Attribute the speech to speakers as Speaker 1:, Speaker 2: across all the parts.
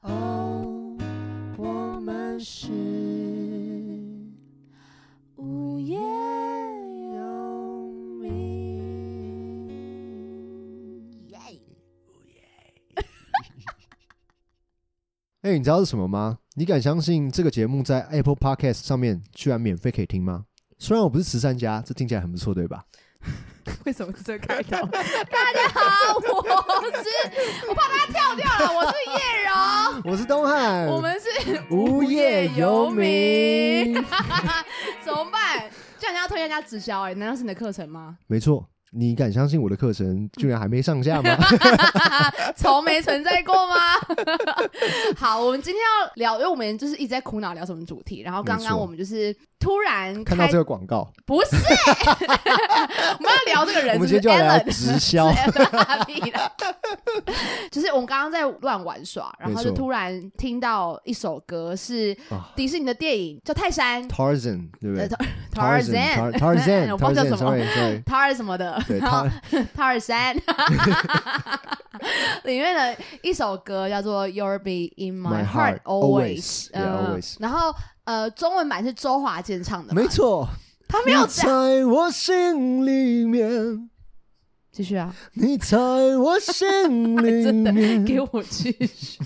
Speaker 1: 哦我们是无业游民。
Speaker 2: 耶！
Speaker 3: 哎、你知道是什么吗？你敢相信这个节目在 Apple Podcast 上面居然免费可以听吗？虽然我不是慈善家，这听起来很不错，对吧？
Speaker 1: 为什么是这个开头？
Speaker 2: 大家好，我是我怕大家跳掉了，我是叶 柔，
Speaker 3: 我是东汉，
Speaker 2: 我们 是
Speaker 3: 无业游民。
Speaker 2: 怎么办？叫人家推荐人家直销，哎，难道是你的课程吗？
Speaker 3: 没错。你敢相信我的课程居然还没上架 吗？呃
Speaker 2: 从没存在过吗？ 好，我们今天要聊，因为我们就是一直在苦恼聊什么主题，然后刚
Speaker 3: 没
Speaker 2: 刚
Speaker 3: 错
Speaker 2: 我们就是突然
Speaker 3: 看到
Speaker 2: 开，
Speaker 3: 这个广告，
Speaker 2: 不是， 我们要聊这个人
Speaker 3: 我
Speaker 2: 是不
Speaker 3: 们
Speaker 2: 是
Speaker 3: 今天就要
Speaker 2: Alan
Speaker 3: 来直销。
Speaker 2: 屁啦！就是我们刚刚在乱玩耍，然后
Speaker 3: 没
Speaker 2: 就
Speaker 3: 错
Speaker 2: 突然听到一首歌是
Speaker 3: 啊
Speaker 2: 迪士尼的电影叫《泰山》
Speaker 3: Tarzan，对不对
Speaker 2: 呃，Tar-
Speaker 3: Tarzan，Tar-
Speaker 2: Tarzan，我 忘记叫什么
Speaker 3: Tarzan，Sorry，Sorry，
Speaker 2: 塔尔什么的，
Speaker 3: 对
Speaker 2: 然后
Speaker 3: 他
Speaker 2: 塔尔山 里面的一首歌叫做《You'll Be in My
Speaker 3: My Heart
Speaker 2: Heart Always
Speaker 3: Always，》，Yeah，
Speaker 2: 嗯
Speaker 3: Always，
Speaker 2: 然后呃，中文版是周华健唱的嘛，
Speaker 3: 没错，
Speaker 2: 他没有
Speaker 3: 你
Speaker 2: 这样，
Speaker 3: 在我心里面，
Speaker 2: 继续啊，
Speaker 3: 你在我心里
Speaker 2: 真的
Speaker 3: 面，
Speaker 2: 给我继续。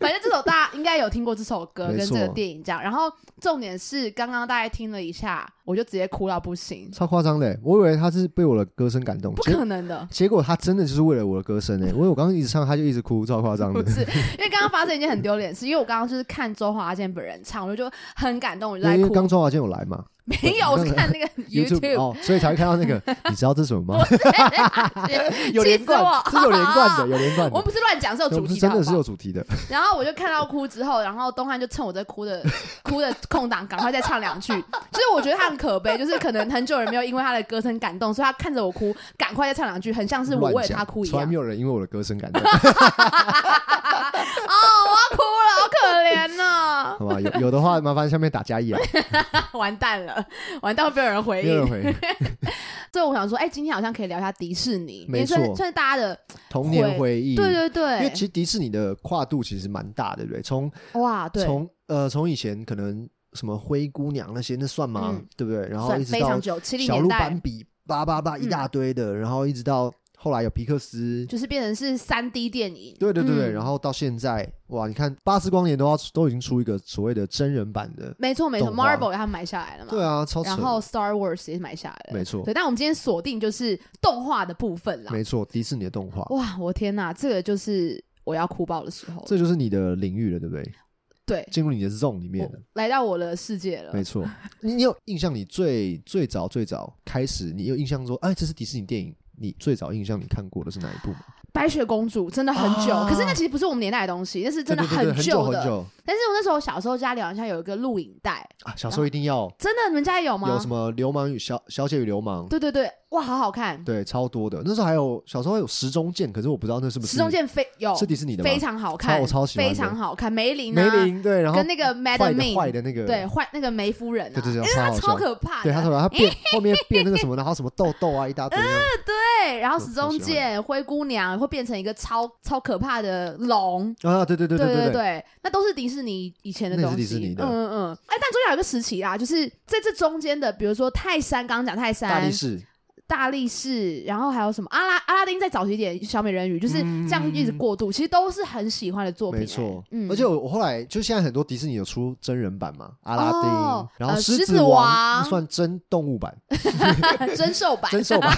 Speaker 2: 反正这首大家应该有听过这首歌跟
Speaker 3: 没
Speaker 2: 这
Speaker 3: 错
Speaker 2: 个电影这样。然后重点是刚刚大概听了一下，我就直接哭到不行，
Speaker 3: 超夸张的欸，我以为他是被我的歌声感动，
Speaker 2: 不
Speaker 3: 结
Speaker 2: 可能的。
Speaker 3: 结果他真的就是为了我的歌声哎，因为我刚刚一直唱，他就一直哭，超夸张
Speaker 2: 不
Speaker 3: 的。
Speaker 2: 是，因为刚刚发生一件很丢脸的事，因为我刚刚就是看周华健本人唱，我就很感动，我就在
Speaker 3: 因为
Speaker 2: 哭。
Speaker 3: 刚周华健有来嘛
Speaker 2: 没有，我是看 那个 YouTube，
Speaker 3: 哦，所以才会看到那个，你知道这是什么 吗？ 有连贯，
Speaker 2: 气死
Speaker 3: 这是有连贯 的，
Speaker 2: 我
Speaker 3: 有连贯
Speaker 2: 我
Speaker 3: 的，
Speaker 2: 不是乱讲，是有
Speaker 3: 我
Speaker 2: 主
Speaker 3: 们是
Speaker 2: 题的
Speaker 3: 真
Speaker 2: 好
Speaker 3: 的
Speaker 2: 不
Speaker 3: 是
Speaker 2: 好
Speaker 3: 有主题的。
Speaker 2: 然后我就看到哭之后，然后东汉就趁我在哭的 哭的空档，赶快再唱两句。就是我觉得他很可悲，就是可能很久人没有因为他的歌声感动，所以他看着我哭，赶快再唱两句，很像是我
Speaker 3: 乱
Speaker 2: 为了
Speaker 3: 讲
Speaker 2: 他哭一
Speaker 3: 从来
Speaker 2: 样
Speaker 3: 没。有人因为我的歌声感动，
Speaker 2: 哦，我要哭了，好可怜呢、
Speaker 3: 好吧？有有的话，麻烦下面打加 一啊，
Speaker 2: 完蛋了，完蛋会被有人回
Speaker 3: 没有人
Speaker 2: 应。
Speaker 3: 回。
Speaker 2: 所以我想说，哎、今天好像可以聊一下迪士尼，因为
Speaker 3: 没错
Speaker 2: 算算是大家的，
Speaker 3: 童年回忆，
Speaker 2: 对对
Speaker 3: 因为
Speaker 2: 对
Speaker 3: 其，实迪士尼的跨度其实蛮大的，对不对？从
Speaker 2: 哇，对，
Speaker 3: 从呃从以前可能什么灰姑娘那些，那算吗？
Speaker 2: 嗯
Speaker 3: 对不对？然后
Speaker 2: 算
Speaker 3: 一直
Speaker 2: 非
Speaker 3: 到
Speaker 2: 常久，七零
Speaker 3: 小
Speaker 2: 年
Speaker 3: 鹿
Speaker 2: 代嗯
Speaker 3: 斑比八八八一大堆的，然后一直到后来有皮克斯，
Speaker 2: 就是变成是三 D 电影，
Speaker 3: 对对对对，
Speaker 2: 嗯
Speaker 3: 然后到现在哇，你看巴斯光年都要都已经出一个所谓的真人版的，
Speaker 2: 没错没错
Speaker 3: 动画
Speaker 2: ，Marvel 他们买下来了嘛，
Speaker 3: 对啊，超扯
Speaker 2: 然，后 Star Wars 也买下来了，
Speaker 3: 没错
Speaker 2: 对，但我们今天锁定就是动画的部分啦。
Speaker 3: 没错，迪士尼的动画，
Speaker 2: 哇，我天哪，这个就是我要哭爆的时候，
Speaker 3: 这就是你的领域了，对不对？
Speaker 2: 对，
Speaker 3: 进入你的 zone 里面
Speaker 2: 我
Speaker 3: 了。
Speaker 2: 来到我的世界了
Speaker 3: 没。 错，你你有印象？你最最早最早开始，你有印象说，哎，这是迪士尼电影，你最早印象你看过的是哪一部吗？
Speaker 2: 白雪公主真的很久，
Speaker 3: 啊
Speaker 2: 可是那其实不是我们年代的东西，那是真的
Speaker 3: 对对对对很
Speaker 2: 旧的。
Speaker 3: 很久
Speaker 2: 但是我那时候小时候家里好像有一个录影带，
Speaker 3: 啊！小时候一定要
Speaker 2: 真的你们家也有吗？
Speaker 3: 有什么流氓与小小姐与流氓，
Speaker 2: 对对对，哇，好好看。
Speaker 3: 对，超多的。那时候还有小时候还有时钟剑，可是我不知道那是不是
Speaker 2: 石中剑非有
Speaker 3: 是迪士尼的吗
Speaker 2: 非常好看，
Speaker 3: 超我超喜欢的
Speaker 2: 非常好看。梅林
Speaker 3: 梅
Speaker 2: 啊，
Speaker 3: 林对，然后
Speaker 2: 跟那个
Speaker 3: 坏
Speaker 2: Madam
Speaker 3: 的
Speaker 2: Ming
Speaker 3: 坏的那个
Speaker 2: 对，坏那个梅夫人啊，
Speaker 3: 对对对
Speaker 2: 因为
Speaker 3: 超
Speaker 2: 她
Speaker 3: 好笑
Speaker 2: 超可怕的，
Speaker 3: 对，他头来他 变后面变那个什么，然后什么痘痘啊一
Speaker 2: 嗯
Speaker 3: 大堆那样，
Speaker 2: 对然后
Speaker 3: 我
Speaker 2: 时
Speaker 3: 我
Speaker 2: 钟
Speaker 3: 喜欢
Speaker 2: 剑、灰姑娘会变成一个超超可怕的龙。
Speaker 3: 啊，对对对
Speaker 2: 对
Speaker 3: 对，
Speaker 2: 那都是迪士尼以前的
Speaker 3: 那
Speaker 2: 东
Speaker 3: 是
Speaker 2: 西。
Speaker 3: 迪士尼的
Speaker 2: 嗯嗯嗯。哎，但中间有一个时期啦，就是在这中间的，比如说泰山，刚刚讲泰山、
Speaker 3: 大力士
Speaker 2: 大力士，然后还有什么阿拉阿拉丁，再早期一点，小美人鱼，
Speaker 3: 嗯
Speaker 2: 就是这样一直过渡，其实都是很喜欢的作品、
Speaker 3: 没错
Speaker 2: 哎，嗯，
Speaker 3: 而且我我后来就现在很多迪士尼有出真人版嘛，阿拉丁，
Speaker 2: 哦
Speaker 3: 然后
Speaker 2: 呃
Speaker 3: 狮
Speaker 2: 狮子王
Speaker 3: 王那算真动物版，
Speaker 2: 真兽版，
Speaker 3: 真兽 版，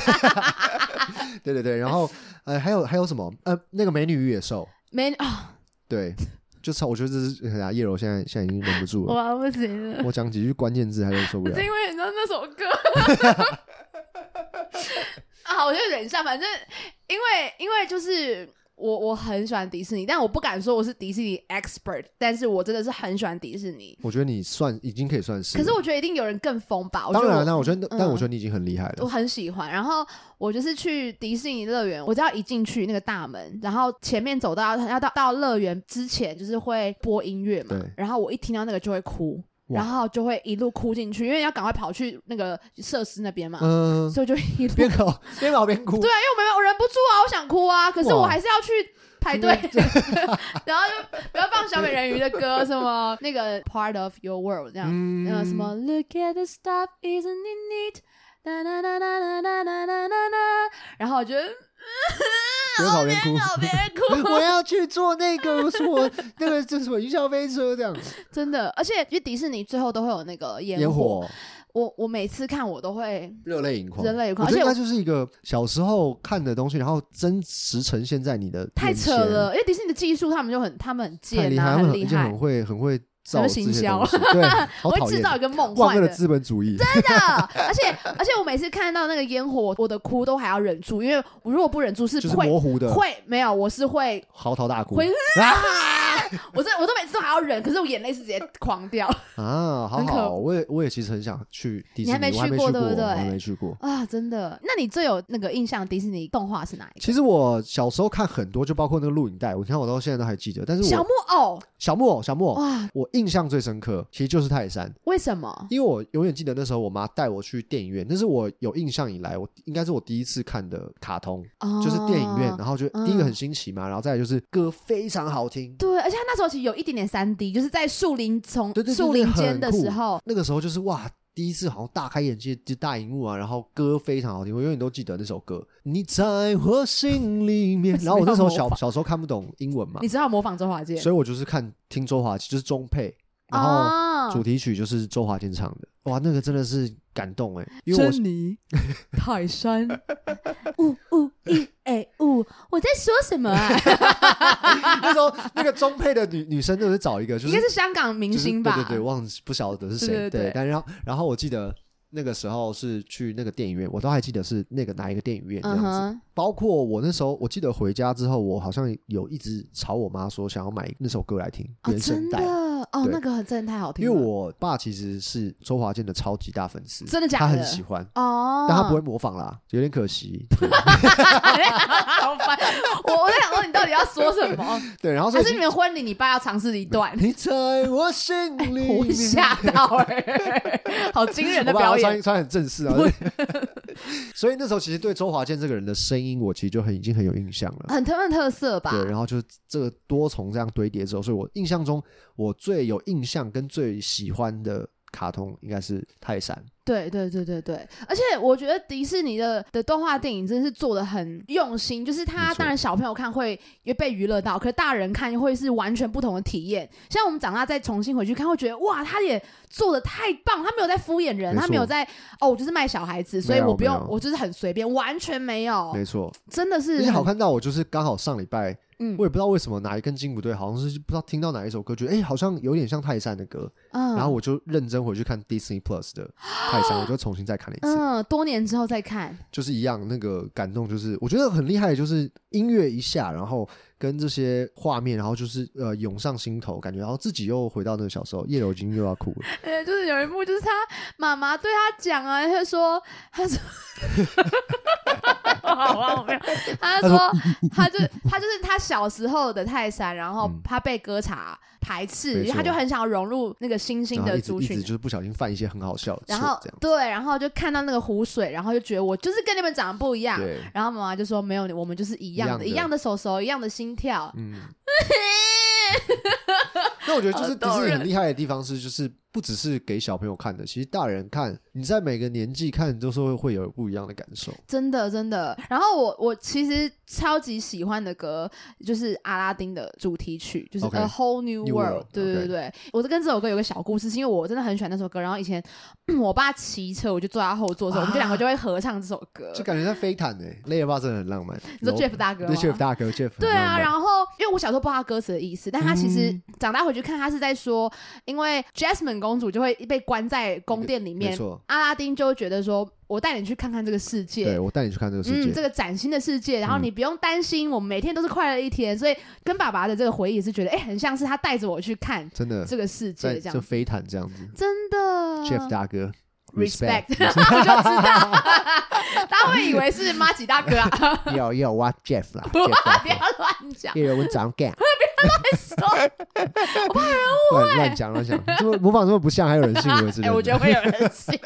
Speaker 3: 对对对，然后呃还有还有什么呃那个美女与野兽，
Speaker 2: 没 啊，
Speaker 3: 对，就是我觉得这是哎呀叶柔现在现在已经忍不住了，
Speaker 2: 我不行了。
Speaker 3: 我讲几句关键字还是受不了
Speaker 2: 是，因为你知道那首歌。 啊，我就忍一下，反正因为因为就是我我很喜欢迪士尼，但我不敢说我是迪士尼 expert，但是我真的是很喜欢迪士尼。
Speaker 3: 我觉得你算已经可以算是，
Speaker 2: 可是我觉得一定有人更疯吧，我觉
Speaker 3: 当
Speaker 2: 得
Speaker 3: 然
Speaker 2: 我
Speaker 3: 啦，我觉得
Speaker 2: 嗯
Speaker 3: 但我觉得你已经很厉害
Speaker 2: 我
Speaker 3: 了，
Speaker 2: 很喜欢。然后我就是去迪士尼乐园，我只要一进去那个大门，然后前面走到要到到乐园之前，就是会播音乐嘛
Speaker 3: 对，
Speaker 2: 然后我一听到那个就会哭。
Speaker 3: 哇
Speaker 2: 然后就会一路哭进去，因为要赶快跑去那个设施那边嘛，
Speaker 3: 嗯，
Speaker 2: 所以就一路。
Speaker 3: 边跑边跑边哭
Speaker 2: 对，啊，因为我没有我忍不住啊，我想哭啊，可是我
Speaker 3: 哇
Speaker 2: 还是要去排队， 然后就不要放小美人鱼的歌，什么那个 Part of Your World 这样，
Speaker 3: 嗯
Speaker 2: 呃，什么 Look at the stuff, isn't it neat？哒哒哒哒哒哒哒哒哒哒，然后我觉得
Speaker 3: 边跑边哭，
Speaker 2: 好别人 哭，
Speaker 3: 我要去坐那个什么那个就是什么云霄飞车这样
Speaker 2: 真的，而且因为迪士尼最后都会有那个 烟
Speaker 3: 烟火
Speaker 2: 我我每次看我都会
Speaker 3: 热泪盈眶，
Speaker 2: 热泪盈眶
Speaker 3: 我觉得应
Speaker 2: 而且我
Speaker 3: 该就是一个小时候看的东西，然后真实呈现在你的
Speaker 2: 太
Speaker 3: 眼
Speaker 2: 扯
Speaker 3: 前，
Speaker 2: 了，因为迪士尼的技术他们就很他们很
Speaker 3: 太
Speaker 2: 贱
Speaker 3: 厉
Speaker 2: 啊，
Speaker 3: 害，他
Speaker 2: 很
Speaker 3: 们
Speaker 2: 厉
Speaker 3: 而且
Speaker 2: 害
Speaker 3: 很，会很会造这些
Speaker 2: 行销
Speaker 3: 东 西，对，
Speaker 2: 我
Speaker 3: 好
Speaker 2: 会
Speaker 3: 讨
Speaker 2: 制
Speaker 3: 厌
Speaker 2: 造一个梦
Speaker 3: 万
Speaker 2: 幻
Speaker 3: 恶
Speaker 2: 的
Speaker 3: 的资本主义，
Speaker 2: 真的，而且而且我每次看到那个烟火，我的哭都还要忍住，因为我如果不忍住是
Speaker 3: 就是
Speaker 2: 会
Speaker 3: 模糊的
Speaker 2: 会没有，我是会，
Speaker 3: 嚎啕大哭
Speaker 2: 会
Speaker 3: 啊
Speaker 2: 我这我都每次都还要忍，可是我眼泪是直接狂 掉
Speaker 3: 啊，好
Speaker 2: 很可
Speaker 3: 好，我也我也其实很想去迪士尼，
Speaker 2: 你还没
Speaker 3: 我还
Speaker 2: 去
Speaker 3: 没
Speaker 2: 过
Speaker 3: 去
Speaker 2: 对不对
Speaker 3: 我还没去过。
Speaker 2: 啊！真的，那你最有那个印象迪士尼动画是哪一
Speaker 3: 其实我小时候看很多，就包括那个录影带，我看我到现在都还记得。但是
Speaker 2: 个？
Speaker 3: 我哦
Speaker 2: 小木哦偶
Speaker 3: 小木偶，小木偶，
Speaker 2: 哇，
Speaker 3: 我印象最深刻，其实就是泰山，
Speaker 2: 为什么？
Speaker 3: 因为我永远记得那时候我妈带我去电影院，那是我有印象以来，我应该是我第一次看的卡通，
Speaker 2: 哦
Speaker 3: 就是电影院，然啊后就
Speaker 2: 嗯
Speaker 3: 第一个很新奇嘛，然后再来就是歌非常好听，
Speaker 2: 对，而且他那时候其实有一点点三 D，就是在树林从
Speaker 3: 对对对
Speaker 2: 树林间的
Speaker 3: 很酷
Speaker 2: 时候，
Speaker 3: 那个时候就是哇，第一次好像大开眼界，就大荧幕啊，然后歌非常好听，我永远都记得那首歌。你在我心里面
Speaker 2: 为，什
Speaker 3: 然
Speaker 2: 么
Speaker 3: 后我那时候
Speaker 2: 要模
Speaker 3: 小
Speaker 2: 仿
Speaker 3: 小时候看不懂英文嘛
Speaker 2: 你，知道模仿周华健
Speaker 3: 所以我就是看听周华健，就是中配，然后
Speaker 2: 啊
Speaker 3: 主题曲就是周华健唱的，哇，那个真的是感动哎、因为我
Speaker 2: 妮、泰山，呜呜一哎呜，我在说什 么啊？
Speaker 3: 那时候那个中配的女女生都是找一个就
Speaker 2: 应
Speaker 3: 是
Speaker 2: 该是香港明
Speaker 3: 就是
Speaker 2: 星吧？
Speaker 3: 对对对，忘记不晓得是谁。
Speaker 2: 对对对
Speaker 3: 但然后然后我记得那个时候是去那个电影院，我都还记得是那个哪一个电影院这样
Speaker 2: 嗯
Speaker 3: 子。
Speaker 2: 哼，
Speaker 3: 包括我那时候，我记得回家之后，我好像有一直吵我妈说想要买那首歌来听
Speaker 2: 哦，
Speaker 3: 原声
Speaker 2: 真
Speaker 3: 带
Speaker 2: 的，哦，
Speaker 3: 对
Speaker 2: 那个真的太好听
Speaker 3: 因
Speaker 2: 了，
Speaker 3: 为我爸其实是周华健的超级大粉丝，
Speaker 2: 真的假
Speaker 3: 他
Speaker 2: 的？
Speaker 3: 很喜欢，
Speaker 2: 哦，
Speaker 3: 但他不会模仿啦，有点可惜。对
Speaker 2: 好烦。我我在想说，你到底要说什 么？哦
Speaker 3: 对，然后所
Speaker 2: 还
Speaker 3: 以
Speaker 2: 是你们婚礼，你爸要尝试一段？
Speaker 3: 你在我心里面，
Speaker 2: 我吓到哎，好惊人的
Speaker 3: 我爸
Speaker 2: 表
Speaker 3: 爸穿
Speaker 2: 演
Speaker 3: 穿很正式啊。 所以那时候其实对周华健这个人的声音，我其实就很已经很有印象了。
Speaker 2: 很特很特色吧？
Speaker 3: 对，然后就是这个多重这样堆叠之后，所以我印象中我最有印象跟最喜欢的卡通应该是《泰山》。
Speaker 2: 对对对对对，而且我觉得迪士尼的的动画电影真是做的很用心，就是
Speaker 3: 没
Speaker 2: 它
Speaker 3: 错
Speaker 2: 当然小朋友看会也被娱乐到，可是大人看会是完全不同的体验。像我们长大再重新回去看，会觉得哇，他也做的太棒，他没有在敷衍人，
Speaker 3: 没
Speaker 2: 他没有
Speaker 3: 错
Speaker 2: 在哦，我就是卖小孩子，所以
Speaker 3: 没有
Speaker 2: 我不用
Speaker 3: 没，有
Speaker 2: 我就是很随便，完全没有，
Speaker 3: 没错，
Speaker 2: 真的
Speaker 3: 而
Speaker 2: 哦是
Speaker 3: 且好
Speaker 2: 很
Speaker 3: 看到我就是刚好上礼拜，
Speaker 2: 嗯
Speaker 3: 我也不知道为什么哪一根筋不对，好像是不知道听到哪一首歌，觉得哎、好像有点像泰山的歌，
Speaker 2: 嗯啊
Speaker 3: 然后我就认真回去看 Disney Plus 的泰山，我就重新再看了一次，
Speaker 2: 嗯，多年之后再看，
Speaker 3: 就是一样那个感动，就是我觉得很厉害，就是音乐一下，然后跟这些画面，然后就是呃涌上心头，感觉然后自己又回到那个小时候，叶柔金又要哭了，
Speaker 2: 呃，就是有一幕，就是他妈妈对他讲啊，他说，他说， 好啊，我没有，他说，他就他就是他小时候的泰山，然后
Speaker 3: 嗯
Speaker 2: 他被歌茶排斥，
Speaker 3: 没
Speaker 2: 因为他
Speaker 3: 错
Speaker 2: 就很想要融入那个新兴
Speaker 3: 然后
Speaker 2: 的
Speaker 3: 一直
Speaker 2: 族
Speaker 3: 一直
Speaker 2: 群
Speaker 3: 就。是不小心犯一些很好笑的
Speaker 2: 然
Speaker 3: 错，
Speaker 2: 后
Speaker 3: 这样
Speaker 2: 对，然后就看到那个湖水，然后就觉得我就是跟你们长得不一样。
Speaker 3: 对，
Speaker 2: 然后妈妈就说没有，我们就是一
Speaker 3: 一
Speaker 2: 样
Speaker 3: 样
Speaker 2: 的，
Speaker 3: 的
Speaker 2: 一样的手手，一样的心跳。
Speaker 3: 嗯，那我觉得就是迪
Speaker 2: 好逗
Speaker 3: 士尼很
Speaker 2: 人
Speaker 3: 厉害的地方是，就是不只是给小朋友看的，其实大人看，你在每个年纪看，都是会会有不一样的感受。
Speaker 2: 真的真的。然后我我其实超级喜欢的歌就是阿拉丁的主题曲，就是
Speaker 3: OK
Speaker 2: A Whole New
Speaker 3: New
Speaker 2: World
Speaker 3: World，。
Speaker 2: 对
Speaker 3: OK
Speaker 2: 对对对，我跟这首歌有个小故事，是因为我真的很喜欢那首歌。然后以前 我爸骑车，我就坐在他后座的时候，我们就两个就会合唱这首歌。
Speaker 3: 就感觉在飞毯呢、欸，雷尔巴真的很浪漫。
Speaker 2: 呃你说
Speaker 3: 然
Speaker 2: Jeff 大哥
Speaker 3: 后
Speaker 2: 吗
Speaker 3: 对 Jeff 大哥，Jeff 很
Speaker 2: 对
Speaker 3: 浪
Speaker 2: 啊，
Speaker 3: 漫
Speaker 2: 然后因为我小时候不知道他歌词的意思，但他其实
Speaker 3: 嗯
Speaker 2: 长大回去看，他是在说，因为 Jasmine 公主就会被关在宫殿里
Speaker 3: 没
Speaker 2: 面，
Speaker 3: 错，
Speaker 2: 阿拉丁就会觉得说，我带你去看看这个世界，
Speaker 3: 对我带你去看这个世界，
Speaker 2: 嗯，这个崭新的世界，然后
Speaker 3: 嗯
Speaker 2: 你不用担心，我们每天都是快乐一天，所以跟爸爸的这个回忆也是觉得，哎、很像是他带着我去看
Speaker 3: 真的
Speaker 2: 这个世界
Speaker 3: 在
Speaker 2: 这
Speaker 3: 这
Speaker 2: 样，
Speaker 3: 飞毯这样子。
Speaker 2: 真的。
Speaker 3: Jeff 大哥
Speaker 2: respect，我就知 道，大家会以为是妈吉大哥啊，
Speaker 3: 要要挖 Jeff 啦
Speaker 2: 不
Speaker 3: ，Jeff 大
Speaker 2: 要
Speaker 3: 哥，
Speaker 2: 乱讲。
Speaker 3: 叶柔文长干，
Speaker 2: 说，
Speaker 3: 乱乱讲乱讲，就模仿这么不像，还有人信以为之
Speaker 2: 哎、
Speaker 3: 类的。
Speaker 2: 我觉得会有人信，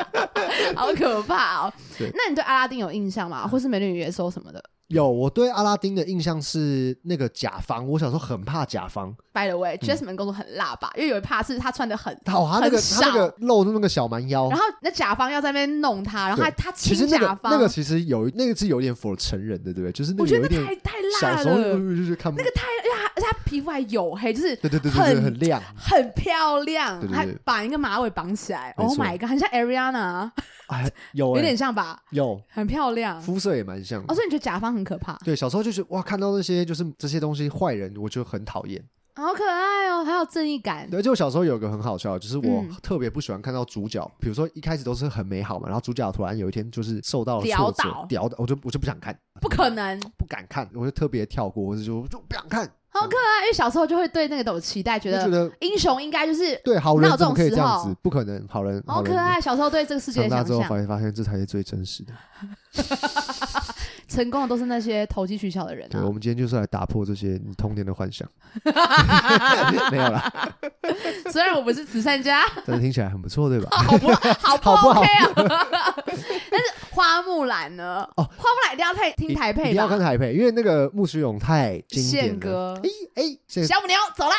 Speaker 2: 好可怕哦
Speaker 3: 对。
Speaker 2: 那你对阿拉丁有印象吗？或是美女与野兽什么的
Speaker 3: 有，我对阿拉丁的印象是那个甲方，我小时候很怕甲方，
Speaker 2: ？By the
Speaker 3: 嗯
Speaker 2: way，Jasmine 工作很辣吧？因为有一趴是她穿的很。
Speaker 3: 他哦他那个
Speaker 2: 很少
Speaker 3: 他那个露出那个小蛮腰
Speaker 2: 然，后那甲方要在那边弄她，然
Speaker 3: 哦
Speaker 2: 后
Speaker 3: 对
Speaker 2: 还她
Speaker 3: 其
Speaker 2: 亲
Speaker 3: 实那
Speaker 2: 甲
Speaker 3: 个
Speaker 2: 方，
Speaker 3: 那个其实有那个是有点 for 成人的，对不对？就是那
Speaker 2: 我
Speaker 3: 个
Speaker 2: 觉
Speaker 3: 有
Speaker 2: 得
Speaker 3: 一
Speaker 2: 那
Speaker 3: 点
Speaker 2: 太太
Speaker 3: 小
Speaker 2: 辣
Speaker 3: 时候
Speaker 2: 了，
Speaker 3: 就是看不
Speaker 2: 那个太，而且她而且她皮肤还黝黑，就是
Speaker 3: 对对对对对，
Speaker 2: 很
Speaker 3: 很亮。
Speaker 2: 很漂亮，
Speaker 3: 对对对
Speaker 2: 还绑一个马尾绑起来。
Speaker 3: 没
Speaker 2: Oh
Speaker 3: 错
Speaker 2: my god，很像 Ariana，
Speaker 3: 哎，有
Speaker 2: 有
Speaker 3: 欸
Speaker 2: 点像吧？
Speaker 3: 有
Speaker 2: 很漂亮。
Speaker 3: 肤色也蛮像的
Speaker 2: 哦，。所以你觉得甲方很可怕？
Speaker 3: 对，小时候就是哇，看到那些就是这些东西坏人，我就很讨厌。
Speaker 2: 好可爱哦，还有正义感。
Speaker 3: 对，而且我小时候有一个很好笑的，就是我
Speaker 2: 嗯
Speaker 3: 特别不喜欢看到主角，比如说一开始都是很美好嘛，然后主角突然有一天就是受到了挫
Speaker 2: 潦
Speaker 3: 折
Speaker 2: 倒，
Speaker 3: 屌到，我就我就不想看，
Speaker 2: 不可能，
Speaker 3: 不敢看，我就特别跳过，或者就就不想看，
Speaker 2: 好可爱。因为小时候就会对那个都有期待，觉
Speaker 3: 就觉
Speaker 2: 得
Speaker 3: 得
Speaker 2: 英雄应该就是
Speaker 3: 对好
Speaker 2: 哪
Speaker 3: 人
Speaker 2: 有
Speaker 3: 怎么可
Speaker 2: 这种
Speaker 3: 以
Speaker 2: 时
Speaker 3: 这样
Speaker 2: 候
Speaker 3: 子？不可能，好人
Speaker 2: 好
Speaker 3: 好
Speaker 2: 可
Speaker 3: 人。
Speaker 2: 爱。小时候对这个世界
Speaker 3: 长
Speaker 2: 的
Speaker 3: 大
Speaker 2: 想
Speaker 3: 之后
Speaker 2: 象，啊
Speaker 3: 才发现这才是最真实的。
Speaker 2: 成功的都是那些投机取巧的人
Speaker 3: 对，我们今天就是来打破这些你童年的幻 想，
Speaker 2: 啊。
Speaker 3: 没有啦，
Speaker 2: 虽然我不是慈善家，
Speaker 3: 但是听起来很不错，对吧？
Speaker 2: 好 不好不
Speaker 3: 好不好
Speaker 2: OK 啊？ 但是花木兰呢？
Speaker 3: 哦
Speaker 2: 花木兰一定要太听台
Speaker 3: 一
Speaker 2: 配
Speaker 3: 定要看
Speaker 2: 吧。
Speaker 3: 台配，因为那个穆须勇太经典
Speaker 2: 宪
Speaker 3: 了。
Speaker 2: 哥
Speaker 3: 哎，哎，现
Speaker 2: 小母牛 走了，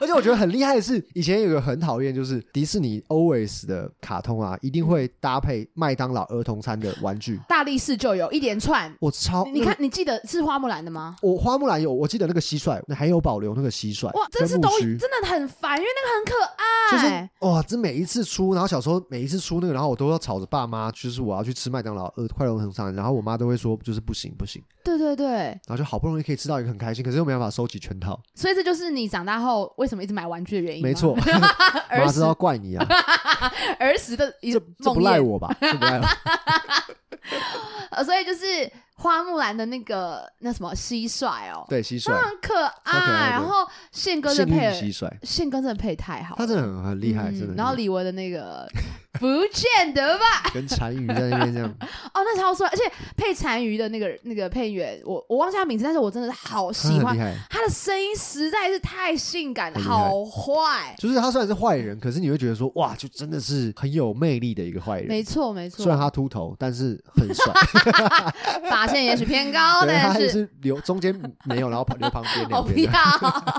Speaker 3: 而且我觉得很厉害的是，以前有个很讨厌，就是迪士尼 always 的卡通啊，一定会搭配麦当劳儿童餐的玩具。
Speaker 2: 大力士就有一连串。
Speaker 3: 我超，嗯
Speaker 2: 你看，，你记得是花木兰的吗？
Speaker 3: 我花木兰有，我记得那个蟋蟀，那还有保留那个蟋蟀，
Speaker 2: 哇，真是
Speaker 3: 跟
Speaker 2: 都
Speaker 3: 呃木须
Speaker 2: 真的很烦，因为那个
Speaker 3: 就
Speaker 2: 很可爱
Speaker 3: 是。哇，这每一次出，然后小时候每一次出那个，然后我都要吵着爸妈，就是我要去吃麦当劳呃快乐横餐，然后我妈都会说就是不行不行，
Speaker 2: 对对对，
Speaker 3: 然后就好不容易可以吃到一个很开心，可是又没办法收集全套，
Speaker 2: 所以这就是你长大后为什么一直买玩具的原因。
Speaker 3: 没错，，
Speaker 2: 儿
Speaker 3: 妈知
Speaker 2: 时
Speaker 3: 道怪你啊，
Speaker 2: 儿时的一
Speaker 3: 这这不
Speaker 2: 梦
Speaker 3: 赖
Speaker 2: 魇。
Speaker 3: 我吧，这不赖我，
Speaker 2: 呃，所以就是花木兰的那个那什么蟋蟀哦，
Speaker 3: 对 蟋
Speaker 2: 它
Speaker 3: 蟀，
Speaker 2: 很可
Speaker 3: 超可爱
Speaker 2: 爱。
Speaker 3: 的
Speaker 2: 然后宪哥
Speaker 3: 幸
Speaker 2: 真
Speaker 3: 运
Speaker 2: 的配，
Speaker 3: 蟋蟀。
Speaker 2: 宪哥真的配太好了，
Speaker 3: 他真的很很厉害，
Speaker 2: 嗯
Speaker 3: 真的很厉害。
Speaker 2: 然后李玟的那个不见得吧，
Speaker 3: 跟单于在那边这 样，
Speaker 2: 哦，那超帅，而且配单于的那个那个配员，我我忘记他名字，但是我真的好
Speaker 3: 他
Speaker 2: 喜
Speaker 3: 很
Speaker 2: 欢
Speaker 3: 厉害。
Speaker 2: 他的声音，实在是太性感了，
Speaker 3: 很厉害
Speaker 2: 好坏。
Speaker 3: 就是他虽然是坏人，可是你会觉得说，哇，就真的是很有魅力的一个坏人。
Speaker 2: 没错，没
Speaker 3: 虽然
Speaker 2: 错，
Speaker 3: 他秃头，但是很 帅。
Speaker 2: 发线哦也许偏高，
Speaker 3: 对，他就
Speaker 2: 但
Speaker 3: 是是留中间没有，然后跑留旁边
Speaker 2: 好
Speaker 3: 两
Speaker 2: 不要
Speaker 3: 边的，。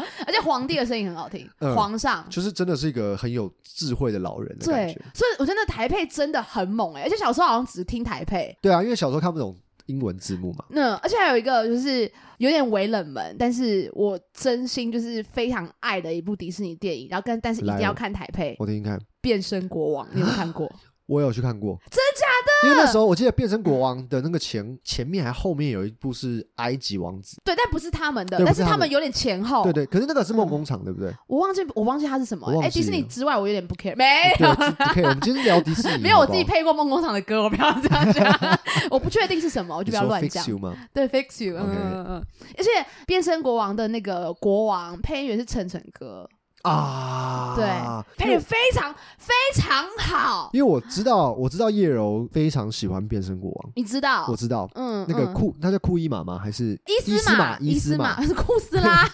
Speaker 2: 而且皇帝的声音很好听，
Speaker 3: 嗯
Speaker 2: 皇上。
Speaker 3: 就是真的是一个很有智慧的老人的感
Speaker 2: 对
Speaker 3: 觉。，
Speaker 2: 所以我觉得那台配真的很猛哎、而且小时候好像只听台配，
Speaker 3: 对啊，因为小时候看不懂英文字幕嘛，
Speaker 2: 那而且还有一个就是有点微冷门，但是我真心就是非常爱的一部迪士尼电影，然后跟但是一定
Speaker 3: 来
Speaker 2: 要
Speaker 3: 哦
Speaker 2: 看台配《
Speaker 3: 我听听看，
Speaker 2: 变身国王》，你有没有看 过？
Speaker 3: 我有去看过，真假的？因为那时候我记得《变身国王》的那个前前面还后面有一部是埃及王子，
Speaker 2: 对，但不是他们的，
Speaker 3: 对
Speaker 2: 但
Speaker 3: 不
Speaker 2: 是
Speaker 3: 是
Speaker 2: 他
Speaker 3: 他
Speaker 2: 们
Speaker 3: 们
Speaker 2: 有点前后。
Speaker 3: 对对，可是那个是梦工厂，对不对？
Speaker 2: 我忘记我忘记它是什么、
Speaker 3: 我忘
Speaker 2: 哎、
Speaker 3: 记
Speaker 2: 迪士尼
Speaker 3: 了
Speaker 2: 之外我有点不 care，没
Speaker 3: 对，
Speaker 2: 有。
Speaker 3: 不可以，我们今天聊迪士尼，
Speaker 2: 哎 没有，
Speaker 3: 好
Speaker 2: 我
Speaker 3: 不
Speaker 2: 自
Speaker 3: 好
Speaker 2: 己配过梦工厂的歌，我不要这 样讲。我不确定是什么，我就
Speaker 3: 你
Speaker 2: 不要
Speaker 3: 说
Speaker 2: 乱
Speaker 3: fix
Speaker 2: 讲。
Speaker 3: you 吗？
Speaker 2: 对，fix you，嗯
Speaker 3: OK
Speaker 2: 嗯嗯。而且《变身国王》的那个国王配音员是晨晨哥，
Speaker 3: 啊，
Speaker 2: 嗯对，配
Speaker 3: 因
Speaker 2: 音
Speaker 3: 为
Speaker 2: 非常非常好。
Speaker 3: 因为我知道，我知道叶柔非常喜欢变身国王，
Speaker 2: 你知道
Speaker 3: 我，知道
Speaker 2: 嗯，
Speaker 3: 那个
Speaker 2: 嗯
Speaker 3: 库，他叫库伊玛吗？还是
Speaker 2: 伊斯
Speaker 3: 玛？
Speaker 2: 伊
Speaker 3: 伊斯玛
Speaker 2: 玛，是库斯拉，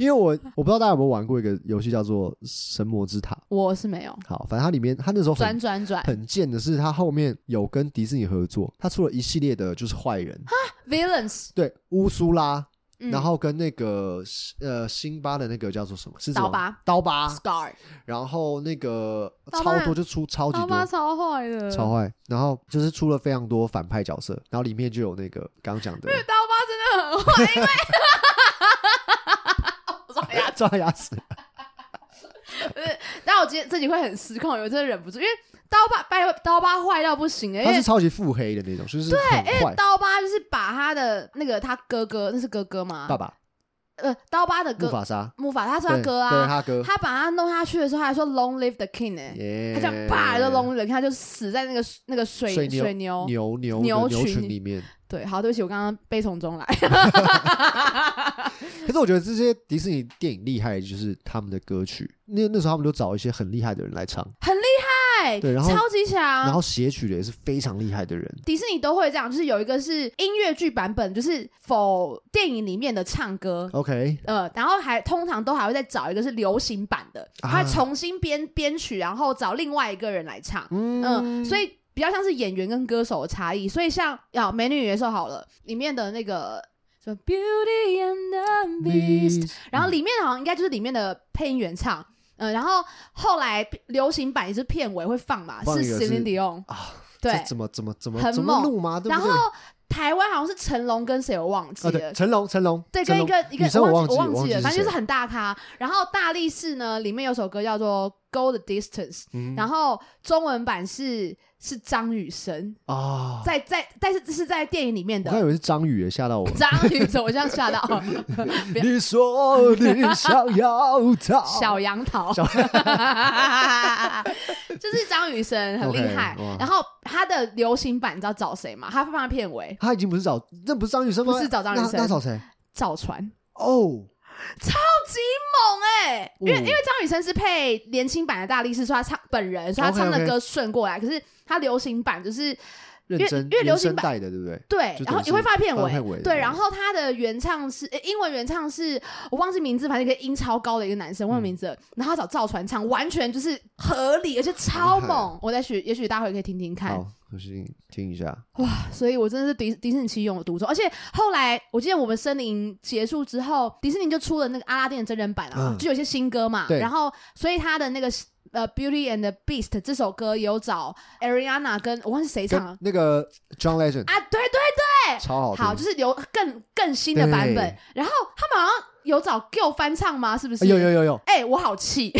Speaker 3: 因为我我不知道大家有没有玩过一个游戏叫做《神魔之塔》。
Speaker 2: 我是没有。
Speaker 3: 好，反正它里面，它那时候
Speaker 2: 转
Speaker 3: 很
Speaker 2: 转转
Speaker 3: 很贱的是，它后面有跟迪士尼合作，它出了一系列的就是坏人，
Speaker 2: ，villains，
Speaker 3: 对乌苏拉，
Speaker 2: 嗯
Speaker 3: 然后跟那个呃辛巴的那个叫做什么？是
Speaker 2: 刀疤，
Speaker 3: 刀疤，
Speaker 2: scar，
Speaker 3: 然后那个
Speaker 2: 刀疤
Speaker 3: 超多就出超级
Speaker 2: 他
Speaker 3: 多，
Speaker 2: 妈超坏的，
Speaker 3: 超坏。然后就是出了非常多反派角色，然后里面就有那个刚刚 讲的
Speaker 2: 刀疤真的很坏， 因为我说哎呀，
Speaker 3: 抓牙齿，
Speaker 2: 但我今天这集会很失控，我真的忍不住，因为刀疤掰刀疤坏到不行了，欸因
Speaker 3: 他
Speaker 2: 为
Speaker 3: 是超级腹黑的那种，就是很坏。
Speaker 2: 哎刀疤就是把他的那个他哥哥，那是哥哥吗？
Speaker 3: 爸爸
Speaker 2: 呃，刀疤的
Speaker 3: 木
Speaker 2: 哥
Speaker 3: 法沙，
Speaker 2: 木法，他是他
Speaker 3: 对
Speaker 2: 哥
Speaker 3: 对
Speaker 2: 啊，
Speaker 3: 他哥，
Speaker 2: 他把他弄下去的时候，他还说 “Long live the king” 哎、
Speaker 3: 耶
Speaker 2: 他这样啪就 Long live，the king，他就死在那个那个水
Speaker 3: 呃水牛
Speaker 2: 牛
Speaker 3: 牛牛的
Speaker 2: 哦牛
Speaker 3: 牛
Speaker 2: 群
Speaker 3: 群
Speaker 2: 里
Speaker 3: 里面。
Speaker 2: 对，好，对不起，我刚刚悲从中来。
Speaker 3: 可是我觉得这些迪士尼电影厉害，就是他们的歌曲。那那时候他们都找一些很厉害的人来唱，
Speaker 2: 很厉害，对，
Speaker 3: 对然后
Speaker 2: 超级强。
Speaker 3: 然后写曲的也是非常厉害的人，
Speaker 2: 迪士尼都会这样，就是有一个是音乐剧版本，就是否电影里面的唱歌。
Speaker 3: OK，
Speaker 2: 呃，然后还通常都还会再找一个是流行版的，
Speaker 3: 啊
Speaker 2: 他重新编编曲，然后找另外一个人来唱，嗯、所以比较像是演员跟歌手的差异。所以像啊《美女与野兽》好了，里面的那个什么 Beauty and the Beast，
Speaker 3: 嗯
Speaker 2: 然后里面好像应该就是里面的配音员唱，嗯、然后后来流行版也是片尾会放嘛，
Speaker 3: 放一个
Speaker 2: 是 Celine
Speaker 3: 是
Speaker 2: Dion，
Speaker 3: 啊，
Speaker 2: 对
Speaker 3: 这，怎么怎么怎么
Speaker 2: 很
Speaker 3: 怎么
Speaker 2: 猛
Speaker 3: 录吗？对
Speaker 2: 然
Speaker 3: 不
Speaker 2: 后
Speaker 3: 对？
Speaker 2: 台湾好像是成龙跟谁我忘记
Speaker 3: 啊，
Speaker 2: 了
Speaker 3: 对，，成龙，成龙，
Speaker 2: 对，
Speaker 3: 成
Speaker 2: 跟一
Speaker 3: 龙
Speaker 2: 个一个
Speaker 3: 女生
Speaker 2: 我
Speaker 3: 我
Speaker 2: 忘记
Speaker 3: 忘记
Speaker 2: 忘
Speaker 3: 我忘
Speaker 2: 记
Speaker 3: 记
Speaker 2: 了，
Speaker 3: 是
Speaker 2: 反正就是
Speaker 3: 谁
Speaker 2: 很大咖。然后大力士呢，里面有首歌叫做《Go the Distance》，
Speaker 3: 嗯
Speaker 2: 然后中文版是是张雨生，
Speaker 3: 啊，
Speaker 2: 在在但是是在电影里面
Speaker 3: 我刚以
Speaker 2: 的。
Speaker 3: 为是张宇耶，吓到我。
Speaker 2: 张雨生，我这样吓到不要
Speaker 3: 你说你 想要他，
Speaker 2: 小杨桃，
Speaker 3: 哦 小
Speaker 2: 就是张雨生很厉
Speaker 3: OK，
Speaker 2: 害
Speaker 3: 哇。
Speaker 2: 然后他的流行版，你知道找谁吗？他放在片尾，
Speaker 3: 他已经不是找，那不是张雨生吗？
Speaker 2: 不是找张雨
Speaker 3: 那
Speaker 2: 生
Speaker 3: 那找谁？
Speaker 2: 赵传，
Speaker 3: 哦，
Speaker 2: 猛哎、因为
Speaker 3: 哦
Speaker 2: 因为张雨生是配年轻版的大力士，说他唱本人，所以他唱的
Speaker 3: OK，OK
Speaker 2: 歌顺过来。可是他流行版就是
Speaker 3: 认
Speaker 2: 因为
Speaker 3: 真，
Speaker 2: 因为流
Speaker 3: 原
Speaker 2: 行
Speaker 3: 声
Speaker 2: 版
Speaker 3: 带的，对不对？
Speaker 2: 对
Speaker 3: 就，
Speaker 2: 然
Speaker 3: 等
Speaker 2: 后
Speaker 3: 于
Speaker 2: 也会
Speaker 3: 是
Speaker 2: 发片
Speaker 3: 放片
Speaker 2: 尾
Speaker 3: 尾，
Speaker 2: 对，
Speaker 3: 对
Speaker 2: 然后他的原唱是诶英文原唱是我忘记名字，反正一个音超高的一个男生，忘了名
Speaker 3: 嗯
Speaker 2: 字了。然后他找赵传唱，完全就是合理，而且超
Speaker 3: 厉害
Speaker 2: 猛。我再许，也许大家也可以听听看。
Speaker 3: 好，我去听一下。
Speaker 2: 所以我真的是迪迪士尼其用有独钟。而且后来我记得我们森林结束之后，迪士尼就出了那个阿拉丁的真人版啊，
Speaker 3: 嗯
Speaker 2: 就有一些新歌嘛。
Speaker 3: 对
Speaker 2: 然后所以他的那个呃《Beauty and the Beast》这首歌有找 Ariana 跟我忘记谁唱了
Speaker 3: 跟那个 John Legend
Speaker 2: 啊，对对，
Speaker 3: 超好听，
Speaker 2: 啊好，就是有更更新的版本
Speaker 3: 对。
Speaker 2: 然后他们好像有找 Gill 翻唱吗？是不是？
Speaker 3: 有有有有，
Speaker 2: 哎、我好气！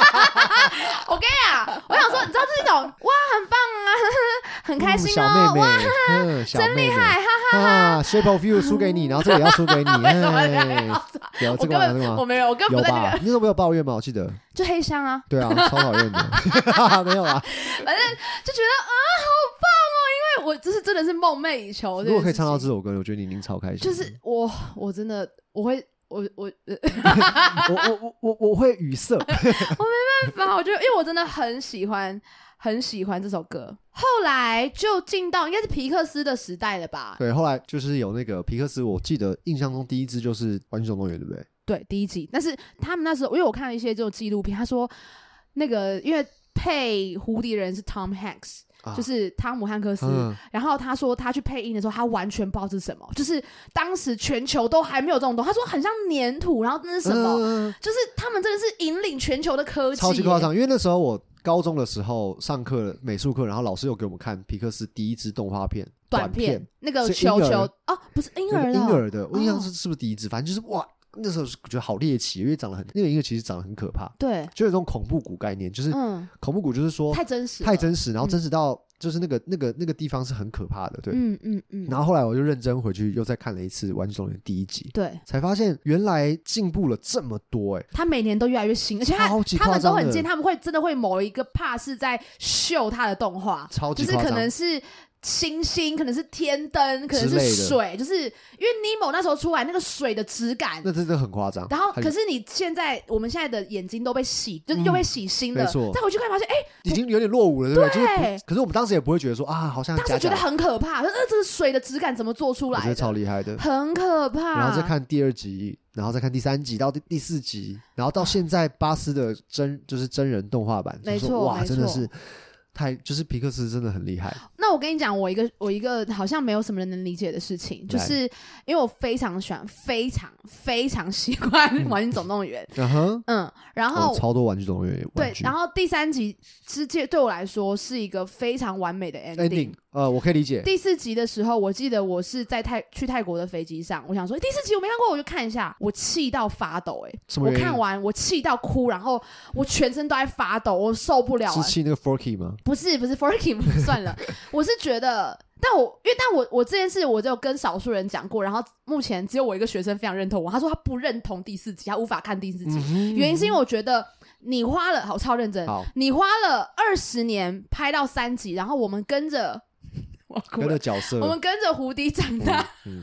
Speaker 2: 我跟你讲，我想说，你知道这种哇，很棒啊， 很开心
Speaker 3: 嗯小
Speaker 2: 哦，
Speaker 3: 妹妹，嗯， 小
Speaker 2: 真
Speaker 3: 妹
Speaker 2: 厉
Speaker 3: 妹
Speaker 2: 害，哈
Speaker 3: 啊！Shape of You 输给你，然后这个也要输给你，
Speaker 2: 为什么要
Speaker 3: 哎，
Speaker 2: 要
Speaker 3: 有
Speaker 2: 我
Speaker 3: 这个吗？有这
Speaker 2: 根本
Speaker 3: 个
Speaker 2: 我
Speaker 3: 吗？
Speaker 2: 没有，我根本
Speaker 3: 有
Speaker 2: 不在那
Speaker 3: 吧
Speaker 2: 个，？
Speaker 3: 你那时候没有抱怨吗？我记得，
Speaker 2: 就黑箱啊，
Speaker 3: 对 啊，超讨厌的，哈哈没有啊。
Speaker 2: 就觉得啊，好棒哦！因为我这是真的是梦寐以求。
Speaker 3: 如果可以唱到
Speaker 2: 这
Speaker 3: 这首歌，我觉得你一定超开心。
Speaker 2: 件事情，就是我我真的我会我我
Speaker 3: 我我我我我会语塞，
Speaker 2: 反正我就因为我真的很喜欢，很喜欢这首歌。后来就进到应该是皮克斯的时代了吧？
Speaker 3: 对，后来就是有那个皮克斯，我记得印象中第一支就是《玩具总动员》，对不对？
Speaker 2: 对，第一集。但是他们那时候，因为我看了一些这种纪录片，他说那个因为配蝴蝶人是 Tom Hanks，、
Speaker 3: 啊
Speaker 2: 就是汤姆汉克斯。
Speaker 3: 嗯，
Speaker 2: 然后他说他去配音的时候，他完全不知道这是什么，就是当时全球都还没有这种东西。他说很像粘土，然后那是什么？
Speaker 3: 嗯
Speaker 2: 就是他们真的是引领全球的科技耶，
Speaker 3: 超级夸张，因为那时候我高中的时候上课美术课，然后老师有给我们看皮克斯第一支动画片
Speaker 2: 短
Speaker 3: 片，
Speaker 2: 那个
Speaker 3: 是
Speaker 2: 球
Speaker 3: 婴儿
Speaker 2: 球哦，不是婴
Speaker 3: 那
Speaker 2: 儿
Speaker 3: 个
Speaker 2: 的
Speaker 3: 婴
Speaker 2: 哦，
Speaker 3: 儿的，我印象是是不是第一支？反正就是哇，那时候是觉得好猎奇，因为长得很那个婴儿其实长得很可怕，
Speaker 2: 对，
Speaker 3: 就有一种恐怖谷概念，就是
Speaker 2: 嗯，
Speaker 3: 恐怖谷就是说
Speaker 2: 太真实了，
Speaker 3: 哦太真实，然后
Speaker 2: 嗯
Speaker 3: 真实到就是那个那个那个地方是很可怕的，对。
Speaker 2: 嗯嗯嗯，
Speaker 3: 然后后来我就认真回去又再看了一次《玩具总动员》第一集，
Speaker 2: 对
Speaker 3: 才发现原来进步了这么多哎、
Speaker 2: 他每年都越来越新，而且他
Speaker 3: 超级
Speaker 2: 他
Speaker 3: 夸
Speaker 2: 们都
Speaker 3: 张
Speaker 2: 很
Speaker 3: 的
Speaker 2: 贱，他们会真的会某一个 part 是在秀他的动画，
Speaker 3: 超
Speaker 2: 就
Speaker 3: 级
Speaker 2: 是
Speaker 3: 夸
Speaker 2: 可
Speaker 3: 张。
Speaker 2: 能是。星星可能是天灯，可能
Speaker 3: 之类
Speaker 2: 是
Speaker 3: 的
Speaker 2: 水，就是因为尼莫那时候出来那个水的质感，
Speaker 3: 那真的很夸张。
Speaker 2: 然后
Speaker 3: 很
Speaker 2: 可是你现在我们现在的眼睛都被洗，就是又被洗新的
Speaker 3: 嗯没，错
Speaker 2: 再回去看发现，哎，
Speaker 3: 已经有点落伍了，对不对？就是
Speaker 2: 对
Speaker 3: 不可是我们当时也不会觉得说啊，好像
Speaker 2: 当时
Speaker 3: 假
Speaker 2: 觉
Speaker 3: 假
Speaker 2: 得
Speaker 3: 的，
Speaker 2: 很可怕，可是呃，这个水的质感怎么做出
Speaker 3: 我
Speaker 2: 来
Speaker 3: 觉得超
Speaker 2: 的？
Speaker 3: 厉害的。
Speaker 2: 很可怕。
Speaker 3: 然后再看第二集，然后再看第三集到第第四集，然后到现在巴斯的真就是真人动画版，
Speaker 2: 没
Speaker 3: 就是
Speaker 2: 错
Speaker 3: 说哇，
Speaker 2: 没
Speaker 3: 真的
Speaker 2: 错
Speaker 3: 是太就是皮克斯真的很厉害，
Speaker 2: 那我跟你讲，我一个我一个好像没有什么人能理解的事情，就
Speaker 3: 来
Speaker 2: 是因为我非常喜欢，非常非常喜欢《玩具总动员》。
Speaker 3: 嗯哼，
Speaker 2: 嗯，然
Speaker 3: 哦
Speaker 2: 后、
Speaker 3: 超多玩具总动员
Speaker 2: 对
Speaker 3: 玩，具
Speaker 2: 然后第三集世界对我来说是一个非常完美的 ending。
Speaker 3: ending，呃，我可以理解，
Speaker 2: 第四集的时候，我记得我是在泰去泰国的飞机上，我想说第四集我没看过，我就看一下，我气到发抖、欸，
Speaker 3: 什么
Speaker 2: 我
Speaker 3: 原因
Speaker 2: 看完我气到哭，然后我全身都在发抖，我受不了
Speaker 3: 是
Speaker 2: 了。
Speaker 3: 气那个 Forky 吗？
Speaker 2: 不是不是 forking 不 算了，我是觉得，但我因为但我我这件事我只有跟少数人讲过，然后目前只有我一个学生非常认同我，他说他不认同第四集，他无法看第四集，原因是因为我觉得你花了好超认真，
Speaker 3: 好，
Speaker 2: 你花了二十年拍到三集，然后我们跟着我要哭
Speaker 3: 跟
Speaker 2: 了
Speaker 3: 着。角色，
Speaker 2: 我们跟着胡迪长
Speaker 3: 嗯
Speaker 2: 大，
Speaker 3: 嗯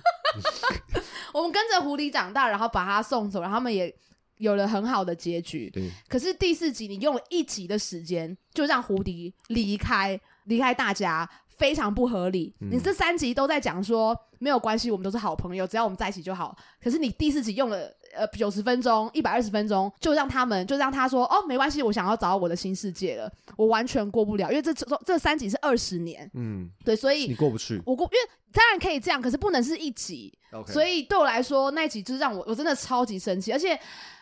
Speaker 2: 我们跟着胡迪长大，然后把他送走，然后他们也有了很好的结局。
Speaker 3: 对，
Speaker 2: 可是第四集你用了一集的时间就让胡迪离开，离开大家。非常不合理！
Speaker 3: 嗯
Speaker 2: 你这三集都在讲说没有关系，我们都是好朋友，只要我们在一起就好。可是你第四集用了呃九十分钟、一百二十分钟，就让他们就让他说哦没关系，我想要找到我的新世界了，我完全过不了，因为这这这三集是二十年，
Speaker 3: 嗯，
Speaker 2: 对， 所以
Speaker 3: 你过不去
Speaker 2: 我过，因为当然可以这样，可是不能是一集。
Speaker 3: ，OK，
Speaker 2: 所
Speaker 3: 以
Speaker 2: 以对我来说，那一集就是让我我真的超级生气，而且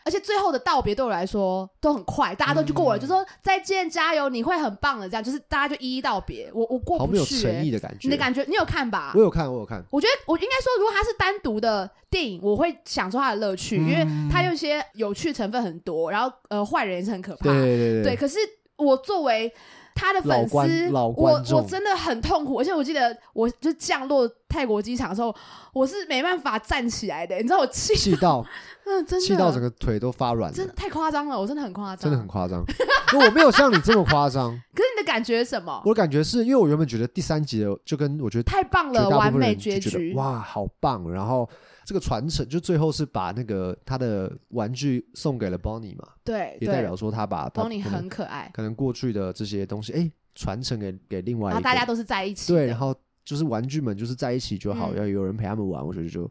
Speaker 2: 而且最后的道别对我来说都很快，大家都就
Speaker 3: 嗯
Speaker 2: 过了，就说再见，加油，你会很棒的，这样就是大家就一一道别。我我过
Speaker 3: 好
Speaker 2: 不
Speaker 3: 没有
Speaker 2: 去、
Speaker 3: 诚
Speaker 2: 欸
Speaker 3: 意，的感觉，
Speaker 2: 你的感觉你有看吧
Speaker 3: 我？有看，我有看，
Speaker 2: 我觉得我应该说，如果它是单独的电影，我会享受它的乐趣，因为
Speaker 3: 嗯
Speaker 2: 它有一些有趣成分很多，然后呃坏人也是很可怕，
Speaker 3: 对对
Speaker 2: 对，可是我作为他的
Speaker 3: 老
Speaker 2: 粉
Speaker 3: 观
Speaker 2: 丝，
Speaker 3: 老
Speaker 2: 我
Speaker 3: 观众
Speaker 2: 我真的很痛苦，而且我记得我就降落泰国机场的时候，我是没办法站起来的，你知道 我气，
Speaker 3: 气到
Speaker 2: 嗯， 真的，
Speaker 3: 气到整个腿都发软了，
Speaker 2: 真的太夸张了，我真的很夸张，
Speaker 3: 真的很。夸张。 因为我没有像你这么夸 张，
Speaker 2: 可是你的感觉是什么？
Speaker 3: 我感觉是因为我原本觉得第三集的就跟我觉得
Speaker 2: 太棒
Speaker 3: 绝
Speaker 2: 了，
Speaker 3: 大
Speaker 2: 完
Speaker 3: 部分
Speaker 2: 美
Speaker 3: 人就
Speaker 2: 结
Speaker 3: 觉得
Speaker 2: 局，
Speaker 3: 哇，好棒！然后这个传承就最后是把那个他的玩具送给了 Bonnie 嘛，
Speaker 2: 对
Speaker 3: 也代
Speaker 2: 对
Speaker 3: 表说他把他
Speaker 2: ，Bonnie
Speaker 3: 可能
Speaker 2: 很可爱，
Speaker 3: 可能过去的这些东西，哎，传承给给另外一
Speaker 2: 然后
Speaker 3: 个，
Speaker 2: 大家都是在一起的，
Speaker 3: 对，然后就是玩具们就是在一起就好，
Speaker 2: 嗯
Speaker 3: 要有人陪他们玩，我觉得就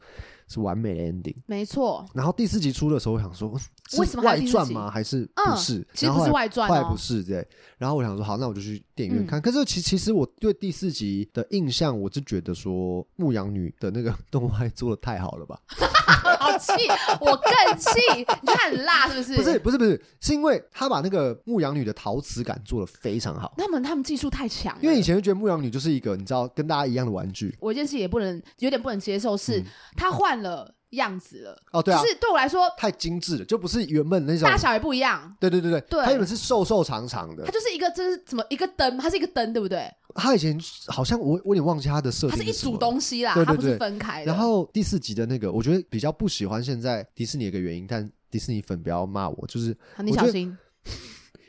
Speaker 3: 是完美的 ending。
Speaker 2: 没错，
Speaker 3: 然后第四集出的时候，我想说，嗯是
Speaker 2: 为什么还
Speaker 3: 外
Speaker 2: 有第四
Speaker 3: 传
Speaker 2: 集
Speaker 3: 吗？还是
Speaker 2: 嗯
Speaker 3: 不是？
Speaker 2: 其实
Speaker 3: 然后
Speaker 2: 不
Speaker 3: 后
Speaker 2: 是
Speaker 3: 来
Speaker 2: 外传
Speaker 3: 后来不
Speaker 2: 哦，
Speaker 3: 是对，然后我想说，好，那我就去电影院
Speaker 2: 嗯
Speaker 3: 看。可是其其实我对第四集的印象，我就觉得说《牧羊女》的那个 动画做的太好了吧？
Speaker 2: 好气，我更气，你觉得它很辣是
Speaker 3: 不
Speaker 2: 不是？
Speaker 3: 是，不是不是，是因为他把那个牧羊女的陶瓷感做的非常好。
Speaker 2: 他们他们技术太强了，
Speaker 3: 因为以前就觉得牧羊女就是一个你知道跟大家一样的玩具
Speaker 2: 我一件事也不能有点不能接受是，
Speaker 3: 嗯
Speaker 2: 他换了样子了，
Speaker 3: 哦，对啊，
Speaker 2: 就是对我来说
Speaker 3: 太精致了，就不是原本那种
Speaker 2: 大小也不一样，
Speaker 3: 对对对对，
Speaker 2: 对
Speaker 3: 他原本是瘦瘦长长的
Speaker 2: 它，就是一个这是什么一个灯，它是一个灯对不对？
Speaker 3: 他以前好像我我有点忘记他的设
Speaker 2: 它
Speaker 3: 定
Speaker 2: 是一
Speaker 3: 什么
Speaker 2: 组
Speaker 3: 了
Speaker 2: 东西啦，
Speaker 3: 对对
Speaker 2: 它不是
Speaker 3: 对
Speaker 2: 分开的。
Speaker 3: 然后第四集的那个，我觉得比较不喜欢现在迪士尼一个原因，但迪士尼粉不要骂我，就是
Speaker 2: 好你
Speaker 3: 我觉
Speaker 2: 小
Speaker 3: 得
Speaker 2: 心，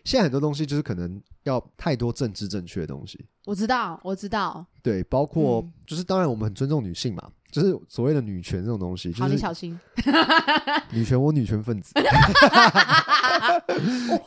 Speaker 3: 现在很多东西就是可能要太多政治正确的东西，
Speaker 2: 我知道我知道，
Speaker 3: 对，包括、
Speaker 2: 嗯
Speaker 3: 就是当然我们很尊重女性嘛，就是所谓的女权这种东西，就
Speaker 2: 好你
Speaker 3: 是
Speaker 2: 小心。
Speaker 3: 女权我女权分子，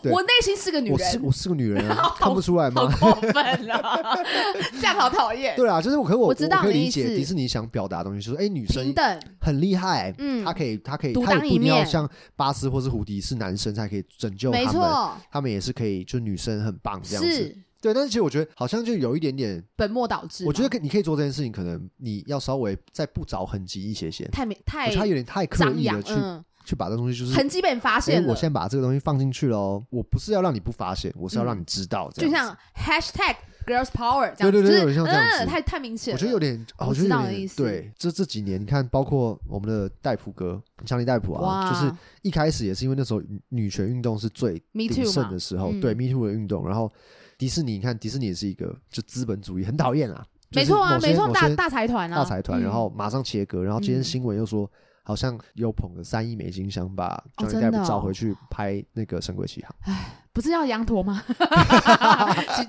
Speaker 3: 对
Speaker 2: 我内心是个 女
Speaker 3: 我是
Speaker 2: 人，
Speaker 3: 我是个女 人啊，看不出来
Speaker 2: 好
Speaker 3: 吗？
Speaker 2: 过分啊！ 这样好讨厌。
Speaker 3: 对啊，就是我可我
Speaker 2: 我知道
Speaker 3: 可以
Speaker 2: 你的
Speaker 3: 理解
Speaker 2: 意思
Speaker 3: 迪士尼想表达的东西，就是哎女
Speaker 2: 平
Speaker 3: 生
Speaker 2: 等，
Speaker 3: 很厉害，
Speaker 2: 嗯
Speaker 3: 她可以她可以
Speaker 2: 独
Speaker 3: 她也
Speaker 2: 当
Speaker 3: 不
Speaker 2: 一
Speaker 3: 一定要
Speaker 2: 面
Speaker 3: 像巴斯或是胡迪是男生才可以拯救
Speaker 2: 没
Speaker 3: 他们。
Speaker 2: 错，
Speaker 3: 他们也是可以，就女生很棒这样子，
Speaker 2: 是
Speaker 3: 对，但是其实我觉得好像就有一点点，
Speaker 2: 本末倒置嘛。
Speaker 3: 我觉得可你可以做这件事情，可能你要稍微再不着痕迹一些些，
Speaker 2: 太明
Speaker 3: 我
Speaker 2: 太
Speaker 3: 觉得他有点太刻
Speaker 2: 张
Speaker 3: 意
Speaker 2: 扬
Speaker 3: 的，去、
Speaker 2: 嗯，
Speaker 3: 去把这东西就是，
Speaker 2: 痕迹被你发
Speaker 3: 哎
Speaker 2: 现，
Speaker 3: 我
Speaker 2: 了。
Speaker 3: 先把这个东西放进去喽，我不是要让你不发现，我是要让你知道，这
Speaker 2: 嗯就
Speaker 3: 样子
Speaker 2: 像 hashtag girls power 这样
Speaker 3: 对
Speaker 2: 子，
Speaker 3: 对对
Speaker 2: 就是
Speaker 3: 有点像这样子
Speaker 2: 嗯，太太明显了。
Speaker 3: 我觉得有点，哦
Speaker 2: 我
Speaker 3: 我觉得
Speaker 2: 知道
Speaker 3: 有
Speaker 2: 你的
Speaker 3: 点
Speaker 2: 意思
Speaker 3: 对。这这几年，你看，包括我们的戴普哥，强尼戴普啊，
Speaker 2: 哇，
Speaker 3: 就是一开始也是因为那时候女女权运动是最
Speaker 2: me
Speaker 3: 鼎
Speaker 2: too
Speaker 3: 盛
Speaker 2: 嘛
Speaker 3: 的，时候，
Speaker 2: 嗯
Speaker 3: 对 Me Too 的运动，然后迪士尼，你看迪士尼也是一个就资本主义很讨厌啊，就
Speaker 2: 没
Speaker 3: 是
Speaker 2: 错啊，
Speaker 3: 某些
Speaker 2: 没错，
Speaker 3: 某
Speaker 2: 大
Speaker 3: 些
Speaker 2: 大财团啊，
Speaker 3: 大财团，然后马上切割，然后今天
Speaker 2: 嗯
Speaker 3: 新闻又说。好像又捧了三亿美金，想把
Speaker 2: 哦
Speaker 3: Johnny
Speaker 2: 真的
Speaker 3: Depp 找
Speaker 2: 哦
Speaker 3: 回去拍那个《神鬼奇航》
Speaker 2: 不是要羊驼 吗？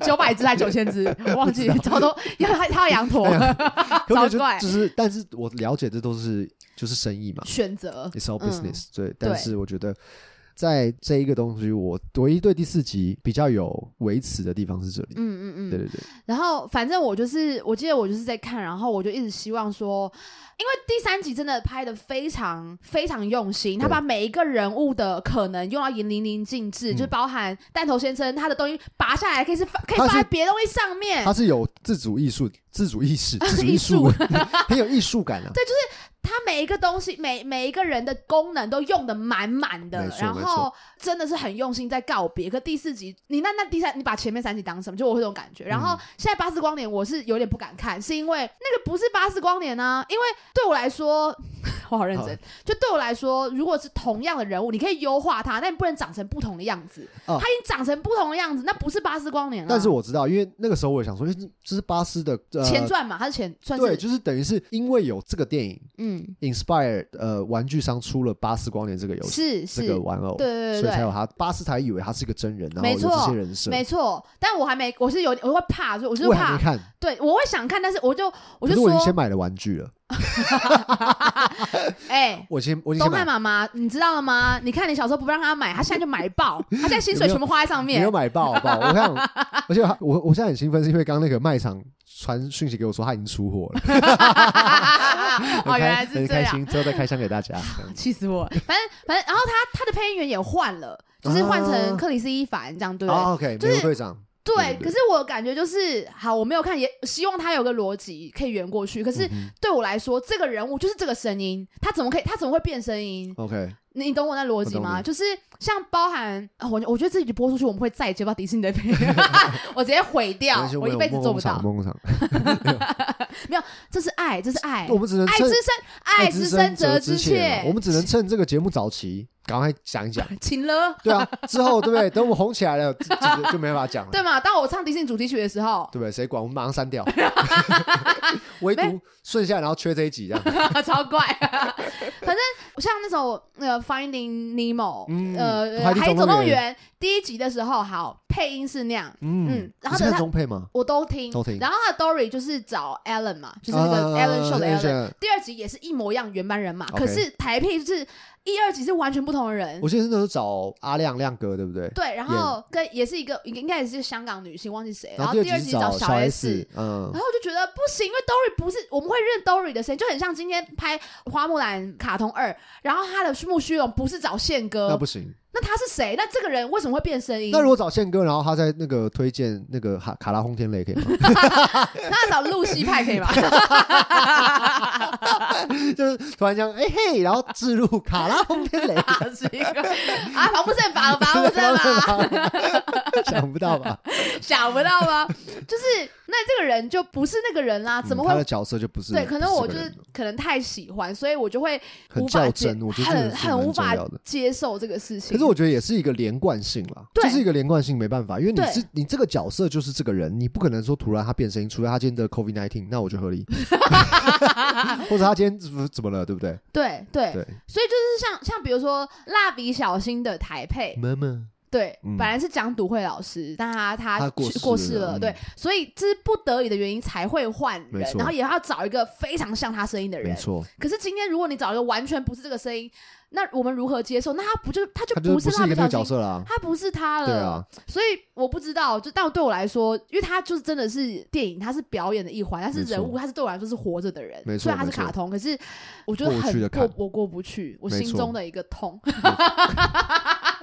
Speaker 2: 九百只还九千只，我忘记，超多要他他要羊驼，
Speaker 3: 哎 可我觉得
Speaker 2: 糟怪
Speaker 3: 就就是，但是我了解这都是就是生意 嘛
Speaker 2: 选择
Speaker 3: ，it's all
Speaker 2: 嗯
Speaker 3: business、对，但
Speaker 2: 对
Speaker 3: 是我觉得在这一个东西，我唯一对第四集比较有维持的地方是这里。
Speaker 2: 嗯嗯
Speaker 3: 对
Speaker 2: 嗯，
Speaker 3: 对对，
Speaker 2: 然后反正我就是，我记得我就是在看，然后我就一直希望说，因为第三集真的拍的非常非常用心，他
Speaker 3: 对
Speaker 2: 把每一个人物的可能用到淋淋漓尽致，
Speaker 3: 嗯
Speaker 2: 就包含弹头先生他的东西拔下来可以是放可以
Speaker 3: 他
Speaker 2: 放
Speaker 3: 是
Speaker 2: 在别的东西上面
Speaker 3: 它，是有自主艺术、 自主意 识、自主艺
Speaker 2: 哎艺
Speaker 3: 术
Speaker 2: 术，
Speaker 3: 很有艺术感 啊。
Speaker 2: 他每一个东西每每一个人的功能都用的满满的
Speaker 3: 没，错
Speaker 2: 然
Speaker 3: 没
Speaker 2: 后
Speaker 3: 错
Speaker 2: 真的是很用心在告别。可第四集你那那第三你把前面三集当什么？就我会有这种感觉。然后
Speaker 3: 嗯
Speaker 2: 现在巴斯光年我是有点不敢看，是因为那个不是巴斯光年啊，因为对我来说 我好认真，就对我来说，如果是同样的人物，你可以优化他，但你不能长成不同的样子。
Speaker 3: 哦
Speaker 2: 他已经长成不同的样子，那不是巴斯光年了、
Speaker 3: 但是我知道，因为那个时候我也想说，因为这这是巴斯的呃
Speaker 2: 前传嘛，他是前算
Speaker 3: 对，
Speaker 2: 是
Speaker 3: 就是等于是因为有这个电影
Speaker 2: 嗯
Speaker 3: Inspire，呃，玩具商出了巴斯光年这个游戏，
Speaker 2: 是
Speaker 3: 这
Speaker 2: 是，
Speaker 3: 个玩偶，
Speaker 2: 对对对
Speaker 3: 所以才
Speaker 2: 对
Speaker 3: 有。他巴斯才以为他是个真人，然后
Speaker 2: 没
Speaker 3: 有
Speaker 2: 错
Speaker 3: 这些人设。
Speaker 2: 没错，但我还没，我是有，我会怕，所以我就是
Speaker 3: 我还
Speaker 2: 怕
Speaker 3: 没，看，
Speaker 2: 对，我会想看，但是我就我
Speaker 3: 可
Speaker 2: 就是
Speaker 3: 我已经先
Speaker 2: 说，
Speaker 3: 买了玩具了，
Speaker 2: 哎，
Speaker 3: 我先我先
Speaker 2: 东
Speaker 3: 先买，
Speaker 2: 汉妈妈，你知道吗？你看你小时候不让他买，他现在就买 爆，他现在薪水全部花在上
Speaker 3: 没
Speaker 2: 面
Speaker 3: 有。买爆好不好？我想，而且我我现在很兴奋，是因为刚刚那个卖场传讯息给我说他已经出货了， 很
Speaker 2: 哦，
Speaker 3: 开
Speaker 2: 原来是
Speaker 3: 很
Speaker 2: 这
Speaker 3: 开
Speaker 2: 样，
Speaker 3: 心，之后再开箱给大 家。这样
Speaker 2: 气死我！反正反正，然后他他的配音员也换了，就是换成克里斯伊凡这样，对不对？
Speaker 3: 啊，OK，
Speaker 2: 就是
Speaker 3: 美国队长，
Speaker 2: 对
Speaker 3: 对，对
Speaker 2: 可是我感觉就是好，我没有看，也希望他有个逻辑可以圆过去。可是
Speaker 3: 嗯哼
Speaker 2: 对我来说，这个人物就是这个声音，他怎么可以，他怎么会变声音？
Speaker 3: OK，
Speaker 2: 你你懂我那逻辑
Speaker 3: 我懂
Speaker 2: 吗？
Speaker 3: 你
Speaker 2: 就是像包含啊我，我觉得这集播出去，我们会再也接不到迪士尼的配 音，我直接毁掉
Speaker 3: 没关系，
Speaker 2: 我一辈子做不到。
Speaker 3: 梦工厂，梦工
Speaker 2: 这是爱，这是爱
Speaker 3: 厂，我们只能
Speaker 2: 哎爱之
Speaker 3: 趁
Speaker 2: 深，爱之深
Speaker 3: 则
Speaker 2: 之
Speaker 3: 切
Speaker 2: 切
Speaker 3: 嘛，。我们只能趁这个节目早期赶快讲一讲。
Speaker 2: 请了，
Speaker 3: 对啊，之后对不对？等我们红起来了，这这个就没法讲了，
Speaker 2: 对嘛？当我唱迪士尼主题曲的时候，
Speaker 3: 对不对？谁管？我们马上删掉，唯独顺下，然后缺这一集这样。
Speaker 2: 超怪、反正像那首那个《Finding Nemo、
Speaker 3: 嗯
Speaker 2: 呃，
Speaker 3: 海
Speaker 2: 《
Speaker 3: 底
Speaker 2: 海底
Speaker 3: 总
Speaker 2: 总
Speaker 3: 动
Speaker 2: 动
Speaker 3: 员
Speaker 2: 员》第一集的时候，好配音是那样，
Speaker 3: 嗯
Speaker 2: 嗯，然
Speaker 3: 你
Speaker 2: 后
Speaker 3: 是
Speaker 2: 等
Speaker 3: 看
Speaker 2: 他
Speaker 3: 中配吗？
Speaker 2: 我都听。
Speaker 3: 都听
Speaker 2: 然后他的 Dory 就是找 Alan 嘛，就是那个
Speaker 3: 啊
Speaker 2: Alan Show 的
Speaker 3: Alan
Speaker 2: Alan。
Speaker 3: Show
Speaker 2: 第二集也是一模一样原班人马
Speaker 3: OK
Speaker 2: 可是台配就是一二集是完全不同的人
Speaker 3: 我。记得是那时候找阿亮亮哥，对不对？
Speaker 2: 对，然后跟也是一个应该应该也是香港女星，忘记谁。然
Speaker 3: 然
Speaker 2: 后
Speaker 3: 后
Speaker 2: 第
Speaker 3: 二
Speaker 2: 二
Speaker 3: 集
Speaker 2: 集
Speaker 3: 是
Speaker 2: 找
Speaker 3: 小
Speaker 2: S，,
Speaker 3: 嗯
Speaker 2: 然后我就觉得不行，因为 Dory 不是我们会认 Dory 的声音，就很像今天拍《花木兰》卡通二，然后他的木须龙不是找宪
Speaker 3: 那
Speaker 2: 哥
Speaker 3: 不，行。
Speaker 2: 那他是谁？那这个人为什么会变声音？
Speaker 3: 那如果找宪哥，然后他在那个推荐那个卡卡拉轰天雷可以吗？
Speaker 2: 那找露西派可以吗？
Speaker 3: 就是突然这样，哎嘿，然后置入卡拉轰天雷，
Speaker 2: 是一个啊，防不胜防，防不 胜防，
Speaker 3: 想不到吧？
Speaker 2: 想不到吗？就是那这个人就不是那个人啦，怎么
Speaker 3: 嗯他
Speaker 2: 会
Speaker 3: 的？角色就不是
Speaker 2: 对，可能
Speaker 3: 不
Speaker 2: 我
Speaker 3: 这个
Speaker 2: 就是
Speaker 3: 人哦
Speaker 2: 可能太喜欢，所以我就会
Speaker 3: 很
Speaker 2: 无法
Speaker 3: 较
Speaker 2: 接，
Speaker 3: 真，我觉得这个
Speaker 2: 很
Speaker 3: 是
Speaker 2: 很
Speaker 3: 蛮重
Speaker 2: 无法
Speaker 3: 要的。
Speaker 2: 接受这个事情。
Speaker 3: 可是我觉得也是一个连贯性啦，
Speaker 2: 对
Speaker 3: 这是一个连贯性，没办法，因为你
Speaker 2: 对
Speaker 3: 是你这个角色就是这个人，你不可能说突然他变声音，除非他今天得 COVID nineteen，那我就合 理，或者他今天呃怎么了，对不对？
Speaker 2: 对对，
Speaker 3: 对，
Speaker 2: 所以就是像像比如说蜡笔小新的台配，
Speaker 3: 妈妈，
Speaker 2: 对，
Speaker 3: 嗯
Speaker 2: 本来是讲笃慧老师，但他他
Speaker 3: 他过
Speaker 2: 去
Speaker 3: 世
Speaker 2: 过世
Speaker 3: 了
Speaker 2: 了，
Speaker 3: 嗯
Speaker 2: 对，所以这是不得已的原因才会换
Speaker 3: 没
Speaker 2: 人，
Speaker 3: 错
Speaker 2: 然后也要找一个非常像他声音的
Speaker 3: 没
Speaker 2: 人。
Speaker 3: 错，
Speaker 2: 可是今天如果你找一个完全不是这个声音，那我们如何接受？那他不就他就
Speaker 3: 他就是
Speaker 2: 是
Speaker 3: 不是
Speaker 2: 蜡
Speaker 3: 一个
Speaker 2: 笔
Speaker 3: 那个
Speaker 2: 小
Speaker 3: 角
Speaker 2: 新？
Speaker 3: 色啦，
Speaker 2: 他不是他了，
Speaker 3: 对啊，
Speaker 2: 所以我不知道，就但对我来说，因为他就是真的是电影，他是表演的一环，他是
Speaker 3: 没错
Speaker 2: 人物，他是对我来说是活着的人
Speaker 3: 没，错
Speaker 2: 虽然他是
Speaker 3: 没错
Speaker 2: 卡通，可是我觉得
Speaker 3: 过不去的
Speaker 2: 很
Speaker 3: 坎
Speaker 2: 过我过不去，我
Speaker 3: 没
Speaker 2: 心
Speaker 3: 错
Speaker 2: 中的一个痛，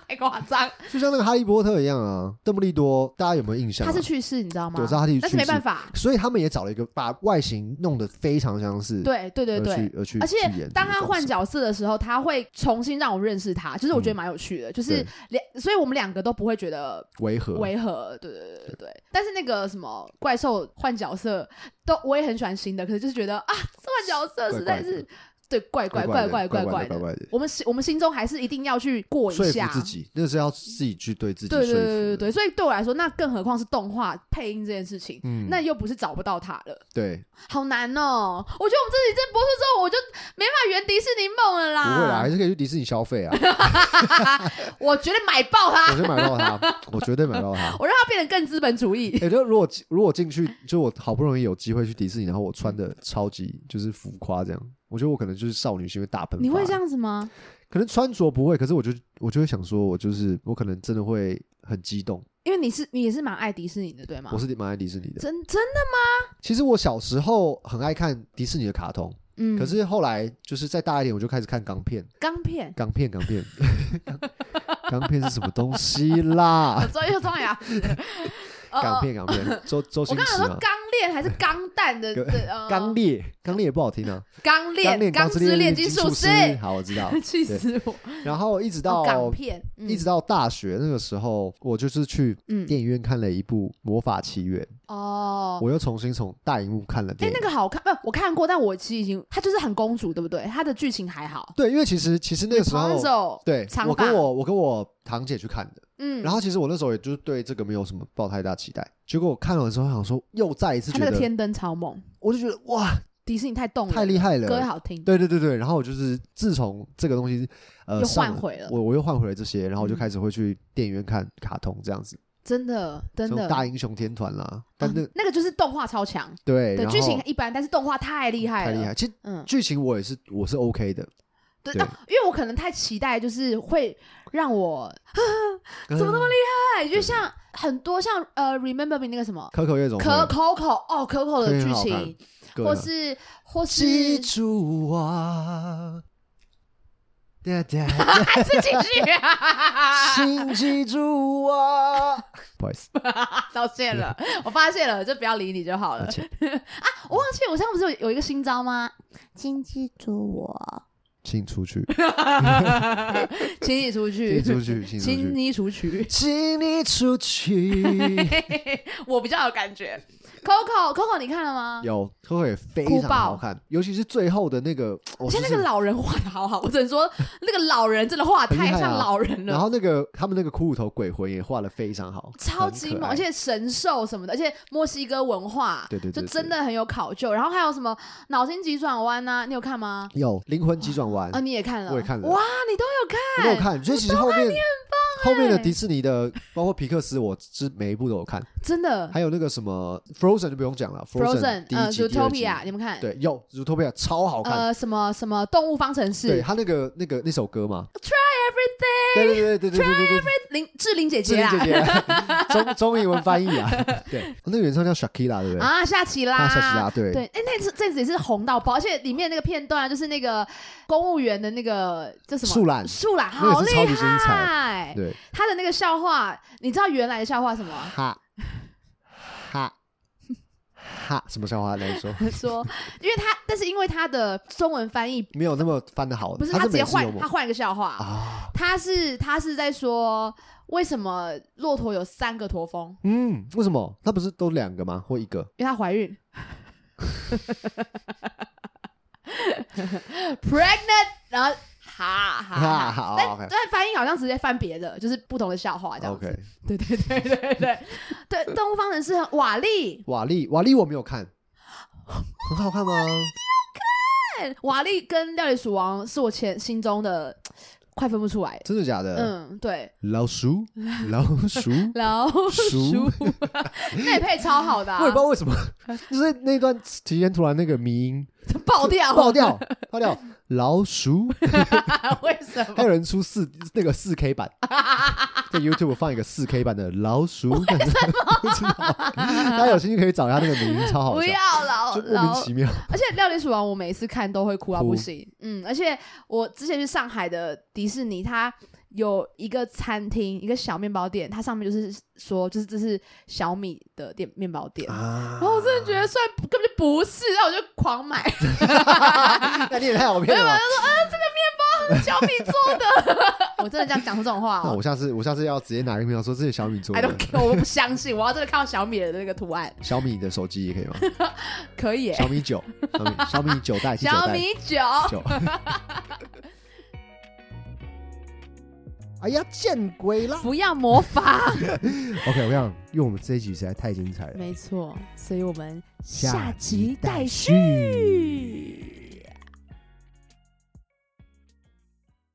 Speaker 2: 太夸张。
Speaker 3: 就像那个哈利波特一样啊，邓布利多，大家有没有印象啊？
Speaker 2: 他是去世，你知道吗？
Speaker 3: 我知道他是去世
Speaker 2: 但是没办法，
Speaker 3: 所以他们也找了一个把外形弄得非常相似，
Speaker 2: 对对对
Speaker 3: 而
Speaker 2: 对。
Speaker 3: 呃去而去，
Speaker 2: 而且
Speaker 3: 去演
Speaker 2: 当
Speaker 3: 这个
Speaker 2: 他
Speaker 3: 角
Speaker 2: 换
Speaker 3: 色嗯
Speaker 2: 角色的时候，他会重新让我认识他，就是我觉得蛮有趣的，就是
Speaker 3: 对
Speaker 2: 两，所以我们两个都不会觉得
Speaker 3: 违和，
Speaker 2: 违和，对对对对对。但是那个什么怪兽换角色，都我也很喜欢新的，可是就是觉得啊，换角色实在是对怪怪怪怪怪
Speaker 3: 怪
Speaker 2: 的。
Speaker 3: 怪的。
Speaker 2: 我们心我们心中还是一定要去过一
Speaker 3: 说
Speaker 2: 下
Speaker 3: 服，自己，那是要自己去对自己说
Speaker 2: 对
Speaker 3: 服
Speaker 2: 对
Speaker 3: 的。
Speaker 2: 对对对。所以对我来说，那更何况是动画配音这件事情，
Speaker 3: 嗯，
Speaker 2: 那又不是找不到他了。
Speaker 3: 对，
Speaker 2: 好难哦！我觉得我们这集这播出之后，我就没法圆迪士尼梦了
Speaker 3: 不
Speaker 2: 啦。
Speaker 3: 会啦，还是可以去迪士尼消费啊。
Speaker 2: 我绝对买爆它
Speaker 3: 我，就买到它，我绝对买到它。
Speaker 2: 我让它变得更资本主 义。
Speaker 3: 哎、就如果如果进去，就我好不容易有机会去迪士尼，然后我穿的超级就是浮夸这样，我觉得我可能就是少女心会大喷发。
Speaker 2: 你会这？样子吗？
Speaker 3: 可能穿着不会，可是我就我就会想说，我就是我可能真的会很激动。
Speaker 2: 因为你是你也是蛮爱迪士尼的，对吗？
Speaker 3: 我是蛮爱迪士尼的。
Speaker 2: 真真的，
Speaker 3: 其实我小时候很爱看迪士尼的卡通，
Speaker 2: 嗯。
Speaker 3: 可是后来就是再大一点，我就开始看港片。
Speaker 2: 钢片，
Speaker 3: 港片，港片， 港港片是什么东西啦
Speaker 2: 我？ 终于 撞牙齿了。呃
Speaker 3: 港，啊片，港片，周 周
Speaker 2: 呃我
Speaker 3: 星
Speaker 2: 刚想
Speaker 3: 驰啊
Speaker 2: 说
Speaker 3: 嘛，
Speaker 2: 钢炼还是钢 弹的，
Speaker 3: 有
Speaker 2: 对呃
Speaker 3: 刚烈，刚烈也不好听 啊，
Speaker 2: 钢
Speaker 3: 炼
Speaker 2: 炼钢之炼金术师，
Speaker 3: 好，我知道。
Speaker 2: 气死我！
Speaker 3: 然后一直
Speaker 2: 哦港
Speaker 3: 到
Speaker 2: 片，嗯
Speaker 3: 一直到大学那个时候，我就是去
Speaker 2: 嗯
Speaker 3: 电影院看了一部《魔法奇缘》，
Speaker 2: 哦，
Speaker 3: 我又重新从大荧幕看了
Speaker 2: 哎、
Speaker 3: 电影
Speaker 2: 那。个好看，不、我看过，但我其实已经，它就是很公主，对不对？它的剧情还好。
Speaker 3: 对，因为其实其实那个时候，
Speaker 2: Rapunzel，
Speaker 3: 对
Speaker 2: 长
Speaker 3: 我跟
Speaker 2: 发
Speaker 3: 我我跟我堂姐去看的。
Speaker 2: 哦嗯，
Speaker 3: 然后其实我那时候也就是对这个没有什么抱太大期待，结果我看了之后想说，又再一次
Speaker 2: 它
Speaker 3: 觉
Speaker 2: 那个
Speaker 3: 得，
Speaker 2: 天灯超猛，
Speaker 3: 我就觉得哇，
Speaker 2: 迪士尼太动了，
Speaker 3: 太厉害了，
Speaker 2: 歌嗯也好听，
Speaker 3: 对对对对，然后我就是自从这个东西呃
Speaker 2: 又
Speaker 3: 上
Speaker 2: 换回了
Speaker 3: 我我又换回了这些，然后我就
Speaker 2: 嗯
Speaker 3: 开始会去电影院看卡通这样子。
Speaker 2: 真的真
Speaker 3: 这种
Speaker 2: 的。
Speaker 3: 大英雄天团啦，但那、
Speaker 2: 啊那个就是动画超强，
Speaker 3: 对
Speaker 2: 对
Speaker 3: 然后
Speaker 2: 剧情一般，但是动画太厉害
Speaker 3: 太
Speaker 2: 了，
Speaker 3: 厉害，其实
Speaker 2: 嗯，
Speaker 3: 剧情我也是我是 OK 的，
Speaker 2: 对，
Speaker 3: 对
Speaker 2: 那因为我可能太期待，就是会让我
Speaker 3: 怎
Speaker 2: 么那
Speaker 3: 么厉
Speaker 2: 哎，就像很多像呃，Remember Me 那个什么。
Speaker 3: 可口夜总会啊
Speaker 2: 可 Coco 哦，Coco 的
Speaker 3: 对
Speaker 2: 剧
Speaker 3: 很好
Speaker 2: 情，
Speaker 3: 歌
Speaker 2: 或
Speaker 3: 呢
Speaker 2: 是或
Speaker 3: 记
Speaker 2: 是
Speaker 3: 住我，哒哒，
Speaker 2: 还是继续啊，
Speaker 3: 请记住 我。不好意思，
Speaker 2: 道歉了，我发现了，就不要理你就好了。
Speaker 3: 抱歉
Speaker 2: 我忘记我上次不是有有一个新招吗？
Speaker 1: 请记住我，
Speaker 3: 请出 去，
Speaker 2: 请你出去，
Speaker 3: 请出去， 请出
Speaker 2: 请
Speaker 3: 去，
Speaker 2: 你出去。
Speaker 3: 请你出去。
Speaker 2: 我比较有感觉。Coco Coco，你看了吗？
Speaker 3: 有，可口也非
Speaker 2: 哭
Speaker 3: 常
Speaker 2: 爆
Speaker 3: 好看，尤其是最后的那个，我
Speaker 2: 现
Speaker 3: 就
Speaker 2: 在
Speaker 3: 是
Speaker 2: 那个老人画的好好，我只能说那个老人真的画得太
Speaker 3: 很厉害啊
Speaker 2: 像老人
Speaker 3: 然
Speaker 2: 了。
Speaker 3: 后那个他们那个骷髅头鬼魂也画的非常好，
Speaker 2: 超
Speaker 3: 很
Speaker 2: 级
Speaker 3: 可
Speaker 2: 猛，
Speaker 3: 爱
Speaker 2: 而且神兽什么的，而且墨西哥文化，
Speaker 3: 对对对
Speaker 2: 就
Speaker 3: 对
Speaker 2: 真的很有考究。然后还有什么脑筋急转弯呐、你有看吗？
Speaker 3: 有灵魂急转弯
Speaker 2: 啊，，你也看了，
Speaker 3: 我也看了
Speaker 2: 哇，你都有看，
Speaker 3: 我都有看，所以其实后面后面的
Speaker 2: 欸
Speaker 3: 迪士尼的，包括皮克斯，我是每一部都有看，
Speaker 2: 真的。
Speaker 3: 还有那个什么 Frozen 就不用讲了
Speaker 2: Frozen，
Speaker 3: 第一
Speaker 2: 呃
Speaker 3: 集、第二集
Speaker 2: ，Zootopia，你们看？
Speaker 3: 对，有 Zootopia 超好看，
Speaker 2: 呃，什么什么动物方程
Speaker 3: 对
Speaker 2: 式
Speaker 3: 他那个那个那首歌嘛，Try everything，对对对对对对对对，
Speaker 2: 林志玲姐
Speaker 3: 志
Speaker 2: 姐
Speaker 3: 玲
Speaker 2: 啊，
Speaker 3: 姐姐中中英文翻译 啊，对，那个原唱叫 Shakira 对不对？
Speaker 2: 啊，夏奇拉，
Speaker 3: 大夏奇拉对
Speaker 2: 对，哎、那次这次也是红到爆，而且里面那个片段啊就是那个公务员的那个叫什么
Speaker 3: 树懒
Speaker 2: 树懒
Speaker 3: 那
Speaker 2: 好
Speaker 3: 个
Speaker 2: 厉
Speaker 3: 是超级精
Speaker 2: 害，
Speaker 3: 对，
Speaker 2: 他的那个笑话，你知道原来的笑话什么吗？
Speaker 3: 哈哈哈，什么笑话来说？
Speaker 2: 说，因为他，但是因为他的中文翻译
Speaker 3: 没有那么翻的好，
Speaker 2: 不是
Speaker 3: 哦他
Speaker 2: 他
Speaker 3: 是
Speaker 2: 直接
Speaker 3: 美式
Speaker 2: 换
Speaker 3: 幽，默
Speaker 2: 他换一个笑话，
Speaker 3: 啊，
Speaker 2: 他是他是在说为什么骆驼有三个驼峰，
Speaker 3: 嗯，为什么？他不是都两个吗？或一个？
Speaker 2: 因为她怀孕。Pregnant，然后哈哈
Speaker 3: 哈
Speaker 2: 哈，
Speaker 3: 哈
Speaker 2: 但
Speaker 3: ，OK
Speaker 2: 但翻译好像直接翻别的，就是不同的笑话这样子。
Speaker 3: OK，
Speaker 2: 对对对对对对，动物方程式很瓦力，
Speaker 3: 瓦力，瓦力我没有看，很好看吗？
Speaker 2: 看瓦力跟料理鼠王是我前心中的快分不出来。
Speaker 3: 真的假的？
Speaker 2: 嗯，对，
Speaker 3: 老鼠，老鼠，
Speaker 2: 老鼠
Speaker 3: 鼠，
Speaker 2: 那也配超好的、啊
Speaker 3: 我也不，知道为什么， 就是那段期间突然那个迷音
Speaker 2: 爆掉，
Speaker 3: 爆，掉，爆掉，老鼠，
Speaker 2: 为什
Speaker 3: 还
Speaker 2: 么？
Speaker 3: 有人出四那个四 K 版，在 YouTube 放一个四 K 版的老鼠，不 知道，大家有兴趣可以找一下那个迷音，超好
Speaker 2: 不
Speaker 3: 笑
Speaker 2: 要，老
Speaker 3: 就莫名
Speaker 2: 老
Speaker 3: 其妙。
Speaker 2: 而且《料理鼠王》我每次看都会哭到
Speaker 3: 哭
Speaker 2: 不行，嗯，而且我之前去上海的迪士尼，它有一个餐厅，一个小面包店，它上面就是说，就是这是小米的店面包店。
Speaker 3: 啊
Speaker 2: 然后我真的觉得，虽然根本就不是，然后我就狂买，
Speaker 3: 那你也太好骗了吧。
Speaker 2: 啊小米做的。 我真的这样讲出这种话
Speaker 3: 那
Speaker 2: 哦
Speaker 3: 我下次我下次要直接拿一个面包说这是小米做
Speaker 2: ，I don't
Speaker 3: 的，
Speaker 2: care，我不相信，我要真的看到小米的那个图案，
Speaker 3: 小米的手机也可以吗？
Speaker 2: 可以耶、
Speaker 3: 小米九，小米小米九代，新九
Speaker 2: 小
Speaker 3: 代
Speaker 2: 米酒，
Speaker 3: 九。 哎呀，见鬼啦
Speaker 2: 不要模仿。
Speaker 3: ！OK，我想，因为我们这一集实在太精彩了，
Speaker 2: 没错，所以我们
Speaker 3: 下
Speaker 2: 下集
Speaker 3: 待
Speaker 2: 待
Speaker 3: 续。
Speaker 2: 续。